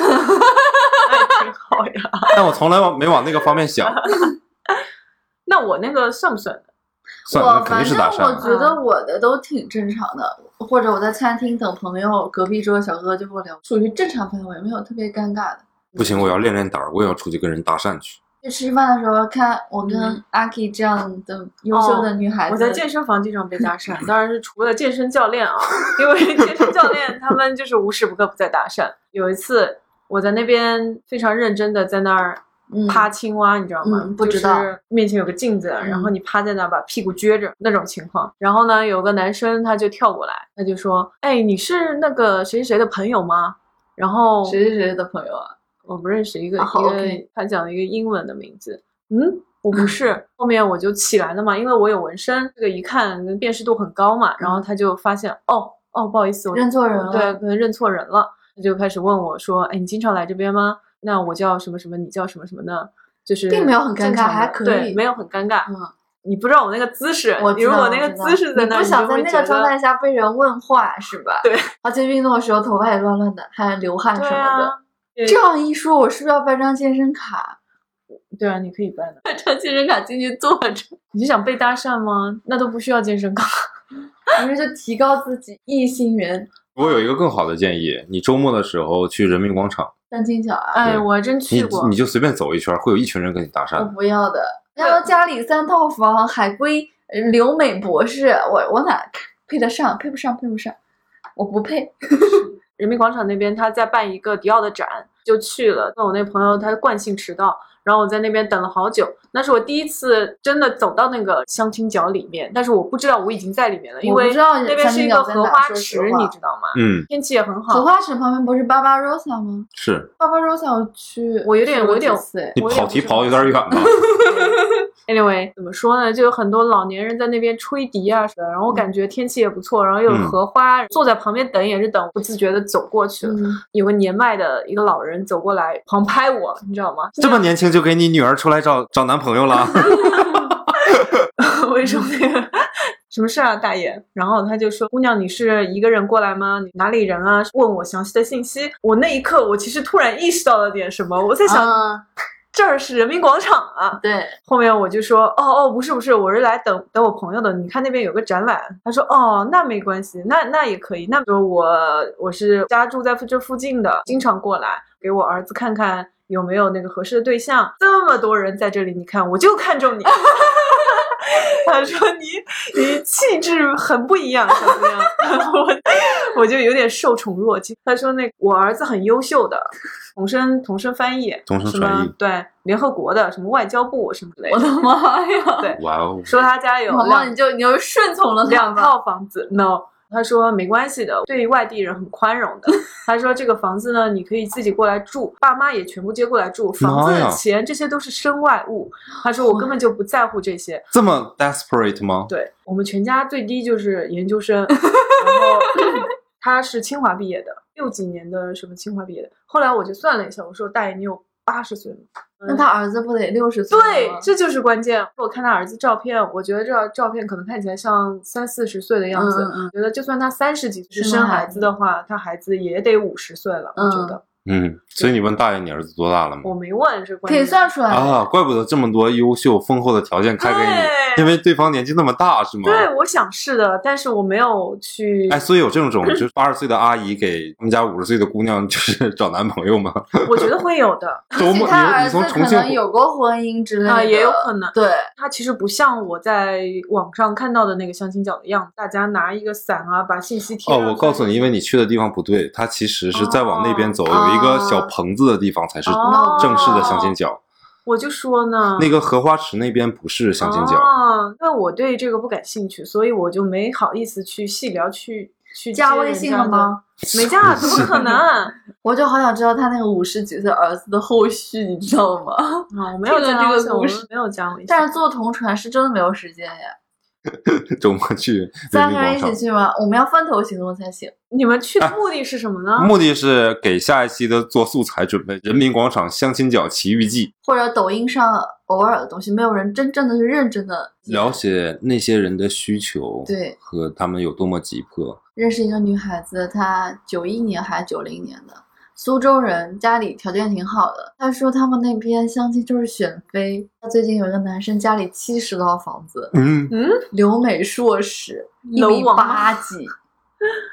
S3: 挺好呀。
S2: [LAUGHS] 但我从来往没往那个方面
S3: [LAUGHS]
S2: 想。
S3: 那我那个算不算？
S2: 算
S1: 嗯我
S2: 了，那肯
S1: 反
S2: 定是
S1: 正
S2: 搭
S1: 我
S2: 讪了。
S1: 觉
S3: 嗯
S1: 得我的都挺正常的，或者我在餐厅等朋友，隔壁桌小哥哥就跟我聊，属于正常范围，没有特别尴尬的。
S2: 不行，我要练练胆儿，我也要出去跟人搭讪去。
S1: 去吃饭的时候，看我跟
S3: 嗯哦
S1: 阿 K 这样的优秀的女孩子，
S3: 我在健身房经常被搭讪，当然是除了健身教练啊，因为
S2: [LAUGHS]
S3: 健身教练他们就是无时不刻不在搭讪。有一次我在那边非常认真的在那儿
S1: 嗯
S3: 趴青蛙，你知道吗？
S1: 嗯不知道嗯
S3: 就是面前有个镜子，然后你趴在那儿把屁股撅着那种情况。然后呢，有个男生他就跳过来，他就说：“哎，你是那个谁谁谁的朋友吗？”然后
S1: 谁谁谁的朋友啊？
S3: 我不认识一个、
S1: 哦
S3: 一个
S1: OK
S3: 他讲了一个英文的名字，嗯，我
S1: [LAUGHS]
S3: 不是。后面我就起来了嘛，因为我有纹身，这个一看辨识度很高
S1: 嗯
S3: 嘛。然后他就发现，哦哦，不好意思，我
S1: 认错人了。
S3: 对，可能认错人了。他就开始问我说，哎，你经常来这边吗？那我叫什么什么，你叫什么什么呢？就是
S1: 并没有很尴尬
S3: 正常的
S1: 还可以
S3: 对，没有很尴尬。
S1: 嗯，
S3: 你不知道我那个姿势，
S1: 我
S3: 你
S1: 知
S3: 如
S1: 道
S3: 果
S1: 我
S3: 那个
S1: 知道
S3: 姿势在
S1: 你
S3: 那儿，
S1: 不
S3: 你
S1: 想在
S3: 就会
S1: 那
S3: 觉
S1: 个状
S3: 得
S1: 态下被人问话是吧？
S3: 对，
S1: 而且运动的时候头发也乱乱的，还流汗
S3: 对
S1: 什么的。
S3: 啊，对
S1: 这样一说，我是不是要办张健身
S3: [LAUGHS]
S1: 卡？
S3: 对啊，你可以办的。
S1: 办张健身卡进去坐 [LAUGHS] 着，
S3: 你是想被搭讪吗？那都不需要健身卡。
S1: 你们就提高自己异性缘。
S2: 我有一个更好的建议，你周末的时候去人民广场，
S1: 张清巧啊，
S3: 哎，
S2: 对
S3: 我还真
S2: 你
S3: 去过。
S2: 你就随便走一圈，会有一群人跟你搭
S3: 啊
S1: 我
S2: 讪。
S1: 不要的。然后家里三套房，海归、呃留美博士，我我哪配得上？配不上，配不上，我不配。
S3: 人民广场那边他在办一个迪奥的展，就去了。那我那朋友他惯性迟到，然后我在那边等了好久。那是我第一次真的走到那个相亲角里面，但是我不知道我已经在里面了，因
S1: 我不
S3: 为
S1: 知道
S3: 那边
S1: 相
S3: 是
S1: 亲
S3: 一
S1: 角
S3: 个
S1: 在
S3: 荷
S1: 哪
S3: 花
S1: 说实
S3: 池，
S1: 话
S3: 你知道吗？
S2: 嗯，
S3: 天气也很
S1: 荷
S3: 好。
S1: 花池旁边不是 Barbarossa 吗
S2: 是
S1: ？Barbarossa 我去，
S3: 我有点
S1: 我
S3: 我有点
S1: 哎
S2: 你
S3: 我也
S2: 跑
S3: 不
S2: 题
S3: 知
S2: 跑
S3: 道
S2: 有点远吧？
S3: [LAUGHS] [LAUGHS] Anyway，怎么说呢？就有很多老年人在那边吹笛啊什么的，然后我
S1: 嗯
S3: 感觉天气也不错，然后又有
S2: 嗯
S3: 荷花，坐在旁边等也是等，不自觉的走过去了。
S1: 嗯，
S3: 有个年迈的一个老人走过来狂拍我，你知道吗？
S2: 这么年轻就给你女儿出来找找男朋友
S3: [LAUGHS]
S2: 了？
S3: 我就说那个 [LAUGHS] 什么事啊，大爷？然后他就说：“姑娘，你是一个人过来吗？你哪里人啊？”问我详细的信息。我那一刻，我其实突然意识到了点什么，我在想，
S1: 啊
S3: 这儿是人民广场啊。
S1: 对，
S3: 后面我就说：“哦哦，不是不是，我是来等等我朋友的。你看那边有个展览。”他说：“哦，那没关系，那那也可以。那比如我我是家住在这附近的，经常过来。”给我儿子看看有没有那个合适的对象。这么多人在这里，你看我就看中你。 [LAUGHS] 他说你你气质很不一样， [LAUGHS] 小姑娘，我我就有点受宠若惊。他说那我儿子很优秀的，同声同声翻译，
S2: 同声
S3: 什么
S2: 传译
S3: 对联合国的什么外交部什么之类 [LAUGHS]
S1: 我
S3: 的，
S1: 的妈呀！
S3: 对
S2: 哇哦，
S3: 说他家 [LAUGHS] 有
S1: 毛毛
S3: 两
S1: 你就你就顺从了他
S3: 两
S1: 吧。
S3: 套房子，no。他说没关系的，对于外地人很宽容的。他说这个房子呢，你可以自己过来住，爸妈也全部接过来住，房子
S2: 妈呀
S3: 的钱这些都是身外物。他说我根本就不在乎这些。
S2: 这么 desperate 吗？
S3: 对我们全家最低就是研
S1: [LAUGHS]
S3: 究生，然后他是清华毕业的，六几年的什么清华毕业的。后来我就算了一下，我说大爷你有八十岁吗？
S1: 那他儿子不得六十岁
S3: 对
S1: 了吗，
S3: 这就是关键。我看他儿子照片，我觉得这照片可能看起来像三四十岁的样子，
S1: 嗯嗯嗯
S3: 觉得就算他三十几岁
S1: 生
S3: 生
S1: 孩
S3: 孩子的话，他孩子也得五十岁了。我觉
S1: 嗯
S3: 得
S2: 嗯，所以你问大爷你儿子多大了吗
S3: 我？没问这关
S1: 可以
S3: 键，
S1: 算出来。
S2: 啊，怪不得这么多优秀丰厚的条件开给你，
S3: 对
S2: 因为对方年纪那么大是吗？
S3: 对，我想是的，但是我没有去，
S2: 哎，所以有这种就是八十岁的阿姨给他们家五十岁的姑娘就是 [LAUGHS] 找男朋
S1: [LAUGHS]
S2: 友吗？
S3: 我觉得会有的。
S2: 周
S1: 其
S2: 末
S1: 他
S2: 你
S1: 儿
S2: 你
S1: 子
S2: 从重
S1: 可
S2: 庆哦
S1: 能
S2: 回
S1: 有过婚姻之类的，
S3: 啊也有可能
S1: 对，
S3: 它其实不像我在网上看到的那个相亲角的样子，大家拿一个伞啊，把信息贴
S2: 哦，
S3: 上
S2: 我
S3: 去
S2: 告诉你，因为你去的地方不对，它其实是再往那边走，
S1: 哦
S2: 有一个小棚子的地方才是
S3: 哦
S2: 正式的相亲角，
S1: 哦
S3: 我就说呢，
S2: 那个荷花池那边不是相亲角。
S3: 哦，那我对这个不感兴趣，所以我就没好意思去细聊去去
S1: 加
S3: 接
S1: 微
S3: 人
S1: 信
S3: 家
S1: 了
S3: 的
S1: 吗？
S3: 没加，怎么可能？啊，
S1: 我就好想知道他那个五十几岁儿子的后续，你知道
S3: [LAUGHS]
S1: 吗？
S3: 我没有
S1: 听了
S3: 加
S1: 这个
S3: 微信
S1: 故
S3: 我们
S1: 事
S3: 没有加微信。
S1: 但是坐同船是真的没有时间呀，
S2: 周末去人
S1: 三
S2: 民
S1: 个人
S2: 广
S1: 一
S2: 场
S1: 起，去吗？我们要分头行动才行。
S3: 你们去的目的是什么呢？
S2: 目的是给下一期的做素材准备。人民广场相亲角奇遇记，
S1: 或者抖音上偶尔的东西，没有人真正的去认真的
S2: 了解那些人的需求，
S1: 对
S2: 和他们有多么急迫。
S1: 认识一个女孩子，她九一年还是九零年的苏州人，家里条件挺好的。她说他们那边相亲就是选妃。她最近有一个男生家里七十套房子，
S2: 嗯，
S1: 留美硕士，一
S3: 楼
S1: 米
S3: 王
S1: 八几，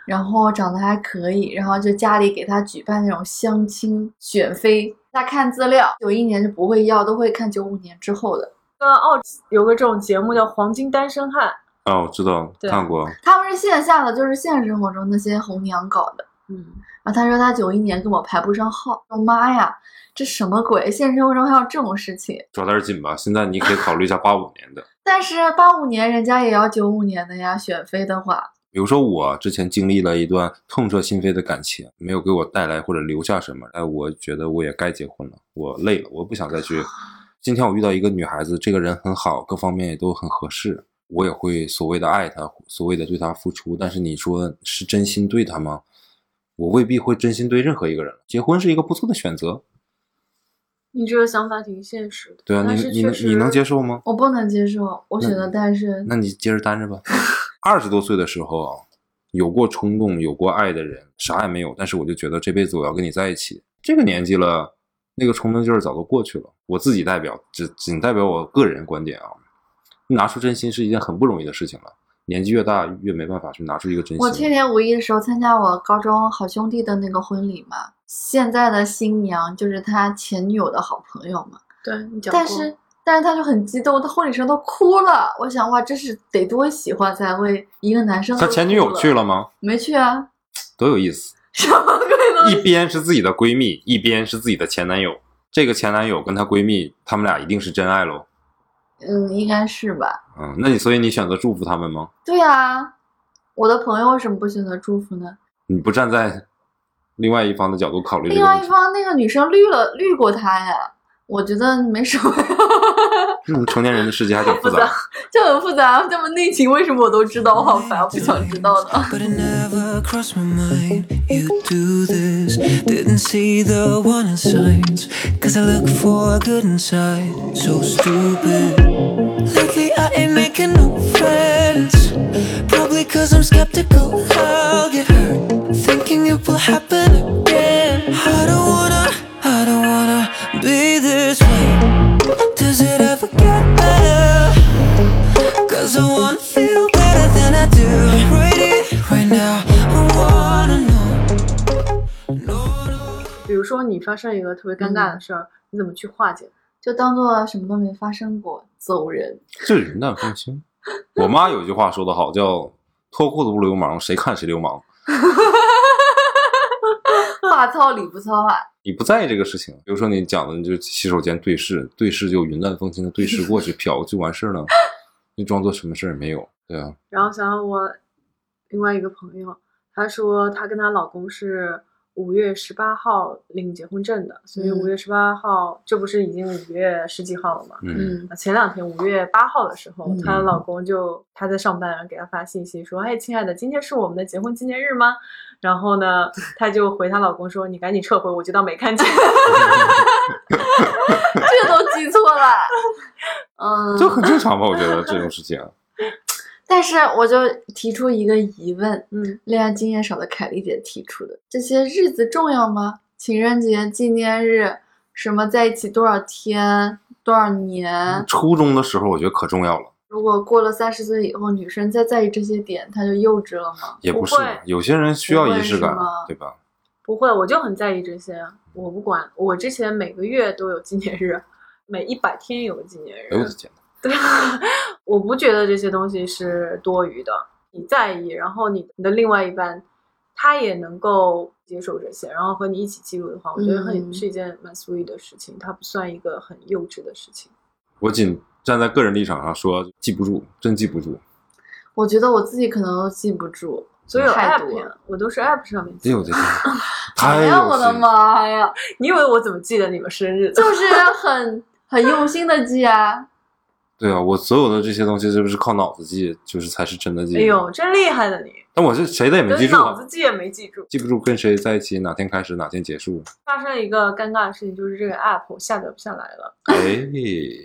S1: 然后长得还可以，然后就家里给他举办那种相亲选妃。他看资料，九一年就不会要，都会看九五年之后的。
S3: 跟澳有个这种节目叫《黄金单身汉》，
S2: 哦，我知道，
S3: 对
S2: 看过。
S1: 他们是线下的，就是现实生活中那些红娘搞的。
S3: 嗯，
S1: 然后他说他九一年跟我排不上号，我妈呀，这什么鬼？现实生活中还有这种事情？
S2: 抓点紧吧，现在你可以考虑一下八五年的。
S1: 但是八五年人家也要九五年的呀，选妃的话，
S2: 比如说我之前经历了一段痛彻心扉的感情，没有给我带来或者留下什么，哎，我觉得我也该结婚了，我累了，我不想再去。今天我遇到一个女孩子，这个人很好，各方面也都很合适，我也会所谓的爱她，所谓的对她付出，但是你说是真心对她吗？我未必会真心对任何一个人。结婚是一个不错的选择，
S3: 你这个想法挺现实的。
S2: 对啊，
S3: 但
S2: 你
S3: 是
S2: 你
S3: 确
S2: 能
S3: 实
S2: 你能接受吗？
S1: 我不能接受，我
S2: 嗯
S1: 选择单身。
S2: 那你接着单着吧。二十多岁的时候啊，有过冲动，有过爱的人，啥也没有，但是我就觉得这辈子我要跟你在一起。这个年纪了，那个冲动劲儿早都过去了。我自己代表，只仅代表我个人观点啊，拿出真心是一件很不容易的事情了。年纪越大，越没办法去拿出一个真
S1: 我去
S2: 心。
S1: 年五一的时候参加我高中好兄弟的那个婚礼嘛，现在的新娘就是他前女友的好朋友嘛，
S3: 对你讲过，
S1: 但是但是他就很激动，他婚礼上都哭了。我想哇，这是得多喜欢才会一个男生
S2: 他
S1: 都
S2: 前女
S1: 哭
S2: 友去了吗？
S1: 没去啊？ [LAUGHS]
S2: 多有意思！
S1: 什么鬼
S2: 一
S1: 东西？
S2: 边是自己的闺蜜，一边是自己的前男友。这个前男友跟她闺蜜，他们俩一定是真爱喽。
S1: 嗯，应该是吧。
S2: 嗯，那你所以你选择祝福他们吗？
S1: 对啊，我的朋友为什么不选择祝福呢？
S2: 你不站在另外一方的角度考虑这
S1: 另
S2: 个
S1: 外
S2: 问
S1: 一
S2: 题，
S1: 方那个女生绿了绿过他呀，我觉得没什么 [LAUGHS] 呀，
S2: 嗯，成年人的世界还
S1: [LAUGHS]
S2: 挺复杂。
S1: 就很复杂。他们内情为什么我都知道，我好烦，我不想知道的。
S4: But it never crossed my mind you do this. Didn't see the warning signs. Cause I look for good inside. So stupid. Lately I ain't making no friends. Probably cause I'm skeptical. I'll get hurt. Thinking it will happen again. I don't wanna, I don't wanna be this way. Does it ever get better? Cause I wanna feel better than I do right here, right now. I wanna know. No, no.
S3: 比如说你发生一个特别尴
S1: 嗯
S3: 尬的事儿，你怎么去化解？
S1: [LAUGHS] 就当做什么都没发生过，走人。
S2: 这云淡风轻。我妈有一句话说得好，叫“脱裤子不流氓，谁看谁流氓
S1: 话糙理不糙啊，”。
S2: 你不在意这个事情，比如说你讲的，你就洗手间对视，对视就云淡风轻的对视过去，瞟就完事儿了，就装作什么事儿没有。对啊，
S3: 然后想想我另外一个朋友，她说她跟她老公是五月十八号领结婚证的，所以
S1: 嗯
S3: 五月十八号，这不是已经五月十几号了吗？
S2: 嗯，
S1: 嗯，
S3: 前两天五月八号的时候
S1: 嗯，
S3: 她老公就她在上班，然后给她发信息说：“嘿，亲爱的，今天是我们的结婚纪念日吗？”然后呢，她就回她老公说：“你赶紧撤回，我就当没看见。
S1: 这都记错了。 [LAUGHS] [LAUGHS] 嗯，
S2: 这很正常吧？我觉得这种事情，
S1: 但是我就提出一个疑问，”
S3: 嗯，
S1: 恋爱经验少的凯丽姐提出的，这些日子重要吗？情人节、纪念日，什么在一起多少天、多少年？
S2: 初中的时候我觉得可重要了，
S1: 如果过了三十岁以后，女生再在意这些点，她就幼稚了吗？
S2: 也不是
S3: 不会，
S2: 有些人需要仪式感
S1: 不会是吗，
S2: 对吧？
S3: 不会，我就很在意这些，啊我不管。我之前每个月都有纪念日，啊每一百天有个纪念
S2: 哎呦我的
S3: 日。啊
S2: 天呐，
S3: [LAUGHS] 对，啊我不觉得这些东西是多余的。你在意，然后你你的另外一半，他也能够接受这些，然后和你一起记录的话，我觉得很、
S1: 嗯
S3: 是一件蛮 sweet 的事情，它不算一个很幼稚的事情。
S2: 我仅站在个人立场上说，记不住，真记不住。
S1: 我觉得我自己可能都记不住，
S3: 所有
S1: 太
S3: app
S1: 多
S3: 呀，我都是 app 上面
S2: 哎
S3: 记
S2: 呦我
S3: 的。
S2: 的天， [LAUGHS] 太
S1: 哎呀，
S2: 有
S1: 我的
S2: 心
S1: 妈呀，
S2: [LAUGHS]
S3: 你以为我怎么记得你们生日的？
S1: 就是很很用心的
S2: [LAUGHS]
S1: 记啊。
S2: 对啊，我所有的这些东西是不是靠脑子记，就是才是真的记？
S3: 哎呦，真厉害的你，
S2: 但我是谁的也没
S3: 就
S2: 记
S3: 是
S2: 住啊，
S3: 脑子记也没记住。
S2: 记不住跟谁在一起，哪天开始，哪天结束。
S3: 发生了一个尴尬的事情，就是这个 app 我下载不下来了，
S2: 哎，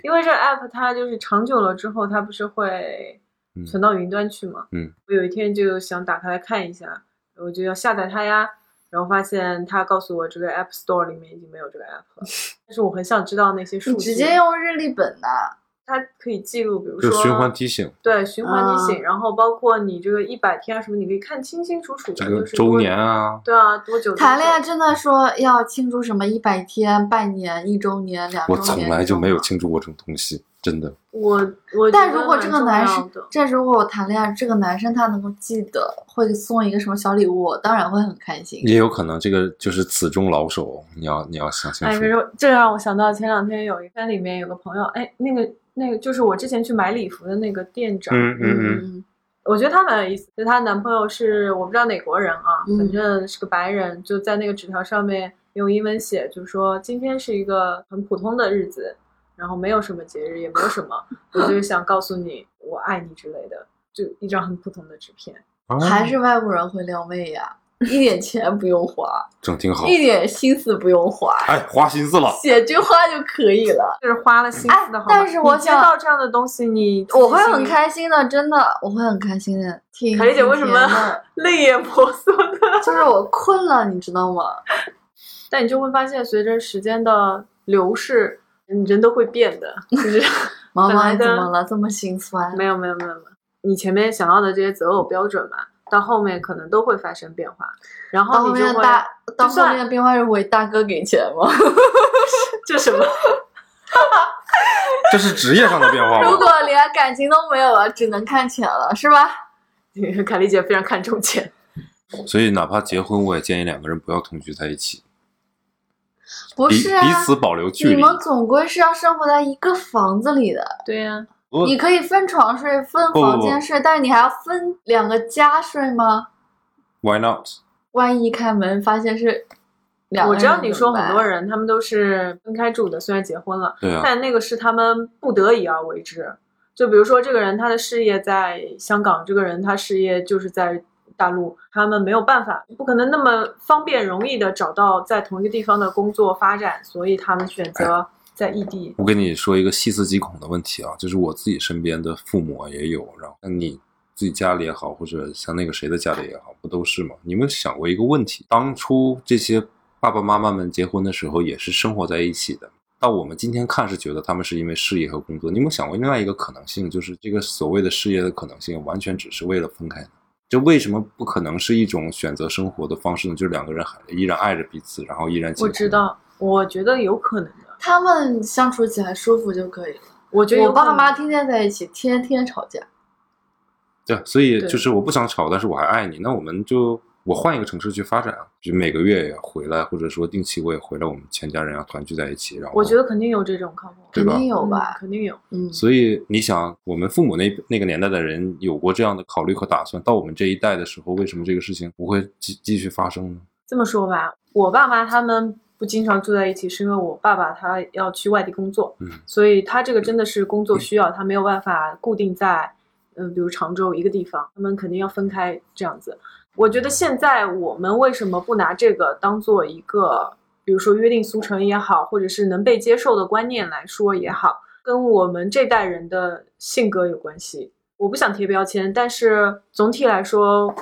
S3: 因为这个 app 它就是长久了之后，它不是会
S2: 嗯
S3: 存到云端去嘛。
S2: 嗯，
S3: 我有一天就想打开来看一下，我就要下载它呀，然后发现它告诉我这个 App Store 里面已经没有这个 app 了，
S2: [LAUGHS]
S3: 但是我很想知道那些数
S1: 你
S3: 据，
S1: 直接用日历本呐、
S3: 它可以记录，比如
S2: 就
S3: 说
S2: 循环提醒，
S3: 对循环提醒，
S1: 啊
S3: 然后包括你这个一百天啊什么，你可以看清清楚楚的，
S2: 这
S3: 就
S2: 个
S3: 是
S2: 周
S3: 多
S2: 年。啊，
S3: 对啊，多久多久
S1: 谈恋爱真的说要庆祝什么一百天、半年、一周年、两周
S2: 我
S1: 年，
S2: 从来就没有庆祝过这种东西，真的。
S3: 我我
S1: 但
S3: 觉得
S1: 如果这个
S3: 蛮重
S1: 男
S3: 要
S1: 生
S3: 的，
S1: 这如果我谈恋爱，这个男生他能够记得，会送一个什么小礼物，我当然会很开心。
S2: 也有可能这个就是此中老手，你要你要想清
S3: 哎，
S2: 楚
S3: 比。如这让我想到前两天有一天里面有个朋友，哎，那个那个就是我之前去买礼服的那个店长，
S2: 嗯嗯嗯，
S1: 嗯
S3: 我觉得她蛮有意思。就她男朋友是我不知道哪国人啊，
S1: 嗯
S3: 反正是个白人，就在那个纸条上面用英文写，就说今天是一个很普通的日子，然后没有什么节日，也没有什么，我就是想告诉你我爱你之类的，就一张很普通的纸片。
S2: 啊
S1: 嗯还是外国人会撩妹呀，一点钱不用花，
S2: 整挺好。
S1: 一点心思不用花，
S2: 哎，花心思了，
S1: 写句话就可以了。
S3: 就是花了心思的
S1: 哎
S3: 好吗？
S1: 但是我
S3: 你接
S1: 想
S3: 到这样的东西，你自己
S1: 我会
S3: 心
S1: 很
S3: 里
S1: 开心的，真的，我会很开心的。挺
S3: 凯丽姐
S1: 挺
S3: 为什
S1: 甜
S3: 么
S1: 的
S3: 泪眼婆娑的？
S1: 就是我困了，你知道吗？
S3: 但你就会发现，随着时间的流逝，嗯人都会变的。就是
S1: 毛
S3: 本
S1: 毛
S3: 来
S1: 你怎
S3: 的
S1: 么了？这么心酸？
S3: [LAUGHS] 没有没有没有没有，你前面想要的这些择偶标准嘛，到后面可能都会发生变化，然
S1: 到
S3: 后
S1: 后
S3: 你
S1: 面
S3: 就
S1: 的
S3: 会
S1: 大，到后
S3: 算
S1: 面的变化是为大哥给钱吗？
S3: 这什么？ [LAUGHS]
S2: 这是职业上的变化
S1: [LAUGHS] 如
S2: 吗？
S1: 果连感情都没有了，只能看钱了，是吧？
S3: 凯丽姐非常看重钱，
S2: 所以哪怕结婚，我也建议两个人不要同居在一起，
S1: 不
S2: 彼
S1: 是啊，
S2: 彼此保留距
S1: 你
S2: 离。
S1: 们总归是要生活在一个房子里的。
S3: 对呀、
S2: 不
S1: 你可以分床睡、分
S2: 不
S1: 房
S2: 不
S1: 间
S2: 不
S1: 睡，但是你还要分两个家睡吗？
S2: Why not？
S1: 万一一开门发现是两个
S3: 我
S1: 人，
S3: 知道你说很多。人他们都是分开住的，虽然结婚了，
S2: 对啊，
S3: 但那个是他们不得已而为之。就比如说，这个人他的事业在香港，这个人他事业就是在大陆，他们没有办法，不可能那么方便容易的找到在同一个地方的工作发展，所以他们选择在异地。
S2: 我跟你说一个细思极恐的问题啊，就是我自己身边的父母啊也有，然后像你自己家里也好，或者像那个谁的家里也好，不都是吗？你有没有想过一个问题？当初这些爸爸妈妈们结婚的时候，也是生活在一起的。到我们今天看是觉得他们是因为事业和工作，你有没有想过另外一个可能性，就是这个所谓的事业的可能性，完全只是为了分开呢？这为什么不可能是一种选择生活的方式呢？就是两个人还依然爱着彼此，然后依然结
S3: 我
S2: 婚
S3: 知，道，我觉得有可能的，
S1: 他们相处起来舒服就可以了。
S3: 我觉得有
S1: 我
S3: 可
S1: 爸
S3: 能
S1: 妈天天在一起，天天吵架。
S2: 对，所以
S3: 对
S2: 就是我不想吵，但是我还爱你，那我们就我换一个城市去发展，啊就每个月也回来，或者说定期我也回来，我们全家人要团聚在一起，然后
S3: 我觉得肯定有这种 couple，
S2: 对
S1: 肯
S2: 吧
S1: 定有
S3: 嗯
S1: 吧？
S3: 肯定有。
S1: 嗯，
S2: 所以你想，我们父母那那个年代的人有过这样的考虑和打算，到我们这一代的时候，为什么这个事情不会继继续发生呢？
S3: 这么说吧，我爸妈他们不经常住在一起，是因为我爸爸他要去外地工作，
S2: 嗯
S3: 所以他这个真的是工作需要，他没有办法固定在，嗯、比如常州一个地方，他们肯定要分开这样子。我觉得现在我们为什么不拿这个当做一个，比如说约定俗成也好，或者是能被接受的观念来说也好，跟我们这代人的性格有关系。我不想贴标签，但是总体来说，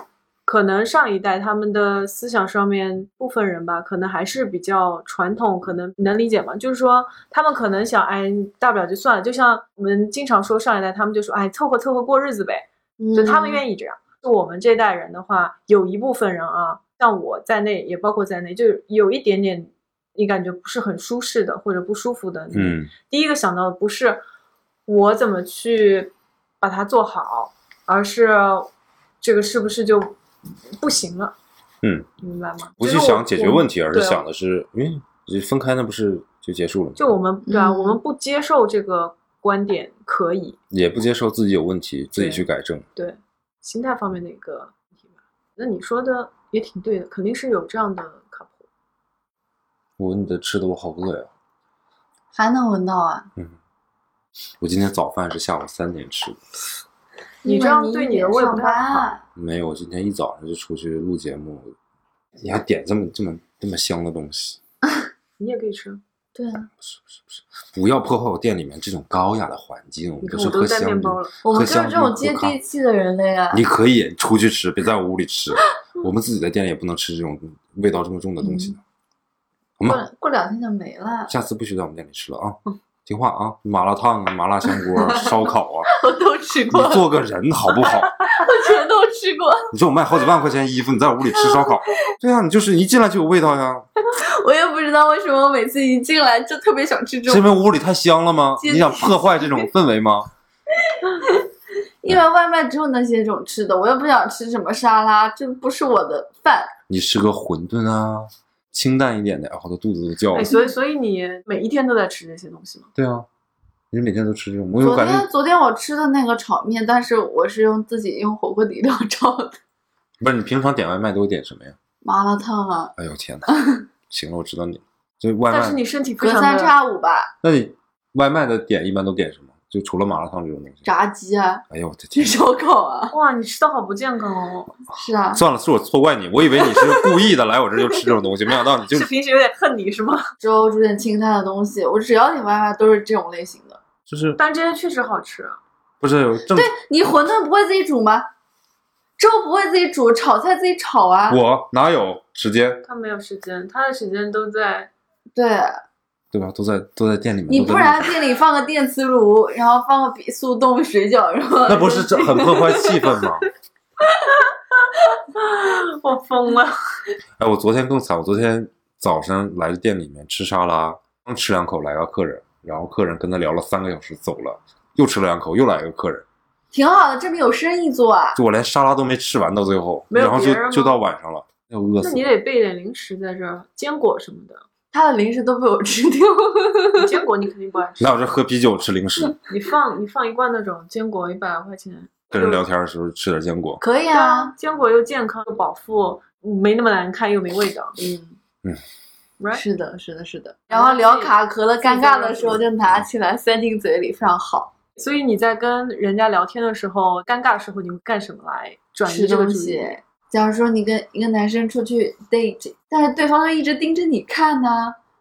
S3: 可能上一代他们的思想上面，部分人吧，可能还是比较传统，可能能理解吗？就是说，他们可能想，哎，大不了就算了。就像我们经常说上一代，他们就说，哎，凑合凑合过日子呗，
S1: 嗯
S3: 就他们
S1: 意。
S3: 愿意这样。就我们这代人的话，有一部分人啊，像我在内，也包括在内，就是有一点点你感觉不是很舒适的或者不舒服的，，
S2: 嗯，
S3: 第一个想到的不是我怎么去把它做好，而是这个是不是就不行了？
S2: 嗯，
S3: 明白吗？
S2: 不去想解决问
S3: 题，
S2: 题，而是
S3: 对啊
S2: 想的是，嗯，就分开那不是就结束了吗？
S3: 就我们对啊，
S1: 嗯
S3: 我们不接受这个观点可以，
S2: 也不接受自己有问题，自己去改正。
S3: 对心态方面的一个问题吧。那你说的也挺对的，肯定是有这样的 couple。
S2: 我闻你的吃的，我好饿呀！
S1: 还能闻到啊？
S2: 我今天早饭是下午三点吃的，
S3: 你这样对你的胃不
S1: 上
S3: 太
S1: 班
S3: 好。
S1: 啊，
S2: 没有，我今天一早上就出去录节目，你还点这么这么这么香的东西，
S3: 你也可以
S2: 哦
S3: 吃，
S1: 对啊，
S2: 不要破坏我店里面这种高雅的环境。我
S3: 你
S2: 们
S3: 看
S2: 是
S3: 我都
S2: 喝
S3: 带
S2: 香
S3: 面
S2: 槟
S3: 包了。
S1: 我
S2: 喝
S1: 们就是
S2: 香
S1: 这
S2: 槟
S1: 种
S2: 喝
S1: 接
S2: 咖
S1: 地气的人类啊。
S2: 你可以出去吃，别在我屋里吃。我们自己在店里也不能吃这种味道这么重的
S3: 嗯
S2: 东西的。好
S1: 过
S2: 吗？
S1: 两过两天就
S2: [LAUGHS]
S1: 没了，
S2: 下次不许在我们店里吃了啊！
S3: 嗯
S2: 听话啊！麻辣烫啊，麻辣香锅
S3: [LAUGHS]
S2: 啊，烧烤啊，
S1: 我都吃
S2: 你
S1: 过，我
S2: 做个人好不好？
S1: [LAUGHS] 全都吃过。
S2: [LAUGHS] 你说我卖好几万块钱衣服，你在我屋里吃烧烤？对啊，你就是一进来就有味道呀，
S1: 我也不知道为什么每次一进来就特别想吃这
S2: 是因
S1: 种，
S2: 为屋里太香了吗？
S1: 进
S2: 你想破坏这种氛围吗？
S1: 因为外卖只有那些种吃的，我也不想吃什么沙拉，这不是我的饭。
S2: 你吃个馄饨啊，清淡一点的，哎，我的肚子都叫
S3: 哎，
S2: 了。
S3: 所以所以你每一天都在吃这些东西吗？
S2: 对啊，你每天都吃这种，我有
S1: 昨
S2: 感
S1: 天
S2: 觉
S1: 昨天我吃的那个炒面，但是我是用自己用火锅底料 [LAUGHS] 炒的
S2: 不是你平常点外卖都会点什么呀？
S1: 麻辣烫啊，
S2: 哎呦天
S1: [LAUGHS]
S2: 哪！行了，我知道你了。所以外
S3: 但是
S2: 卖
S3: 你，身体非
S1: 隔
S3: 常
S1: 三
S3: 的
S1: 差五吧，
S2: 那你外卖的点一般都点什么？就除了麻辣烫这种东西。
S1: 炸鸡啊，
S2: 哎呦我的
S1: 吃
S2: 天！
S1: 烧烤啊，
S3: 哇，你吃的好不健康哦！
S1: 是 [LAUGHS] 啊，
S2: 算了，是我错怪你，我以为你是故意的来我这儿就吃这种东西， [LAUGHS] 没想到
S1: [LAUGHS]
S2: 你就是
S3: 平时有点恨你是吗？
S1: 之后煮点清淡的东西。我只要点外卖都是这种类型的。
S2: 就是
S3: 但这些确实好吃，啊
S2: 不是有正
S1: 你馄饨不会自己煮吗？粥不会自己煮，炒菜自己炒啊。
S2: 我哪有时间
S3: 他没有时间，他的时间都在 [LAUGHS]
S1: 对，
S2: 对吧？都在都在店里面，
S1: 你
S2: 都在
S1: 不
S2: 路
S1: 然
S2: 上
S1: 店里放个电磁炉，然后放个比速冻水饺，然后
S2: 那不是这很破坏气氛吗？
S3: 我疯了。
S2: 哎，我昨天更惨，我昨天早上来店里面吃沙拉，刚吃两口来个客人，然后客人跟他聊了三个小时走了，又吃了两口，又来一个客人，
S1: [LAUGHS] 挺好的，证明有生意做啊。
S2: 就我连沙拉都没吃完，到最后，
S3: 没有
S2: 然后
S3: 别人吗
S2: 就就到晚上了，要饿
S3: [LAUGHS] 那
S2: 死
S3: 你
S2: 了。
S3: 得备点零食在这儿，坚果什么 [LAUGHS] 的。
S1: 他的零食都被我吃掉了。 [LAUGHS]
S3: 坚果你肯定不爱吃
S2: 来，我这喝啤酒吃
S3: [LAUGHS]
S2: 零食，
S3: 你放你放一罐那种坚果，一百块钱。
S2: 跟人聊天的时候吃点坚果，
S1: 可以
S3: 对
S1: 啊，，
S3: 坚果又健康又饱腹，没那么难看又没味道。
S1: 嗯，
S3: Right？
S1: 是的，是的，是的。然后聊卡壳了，尴尬的时候就拿起来塞进嘴里，非常好。
S3: 所以你在跟人家聊天的时候，尴尬的时候你会干什么来转移
S1: 吃
S3: 这个
S1: 东
S3: 注意
S1: 西
S3: 力？。
S1: 假如说你跟一个男生出去 date，但是对方就一直盯着你看呢、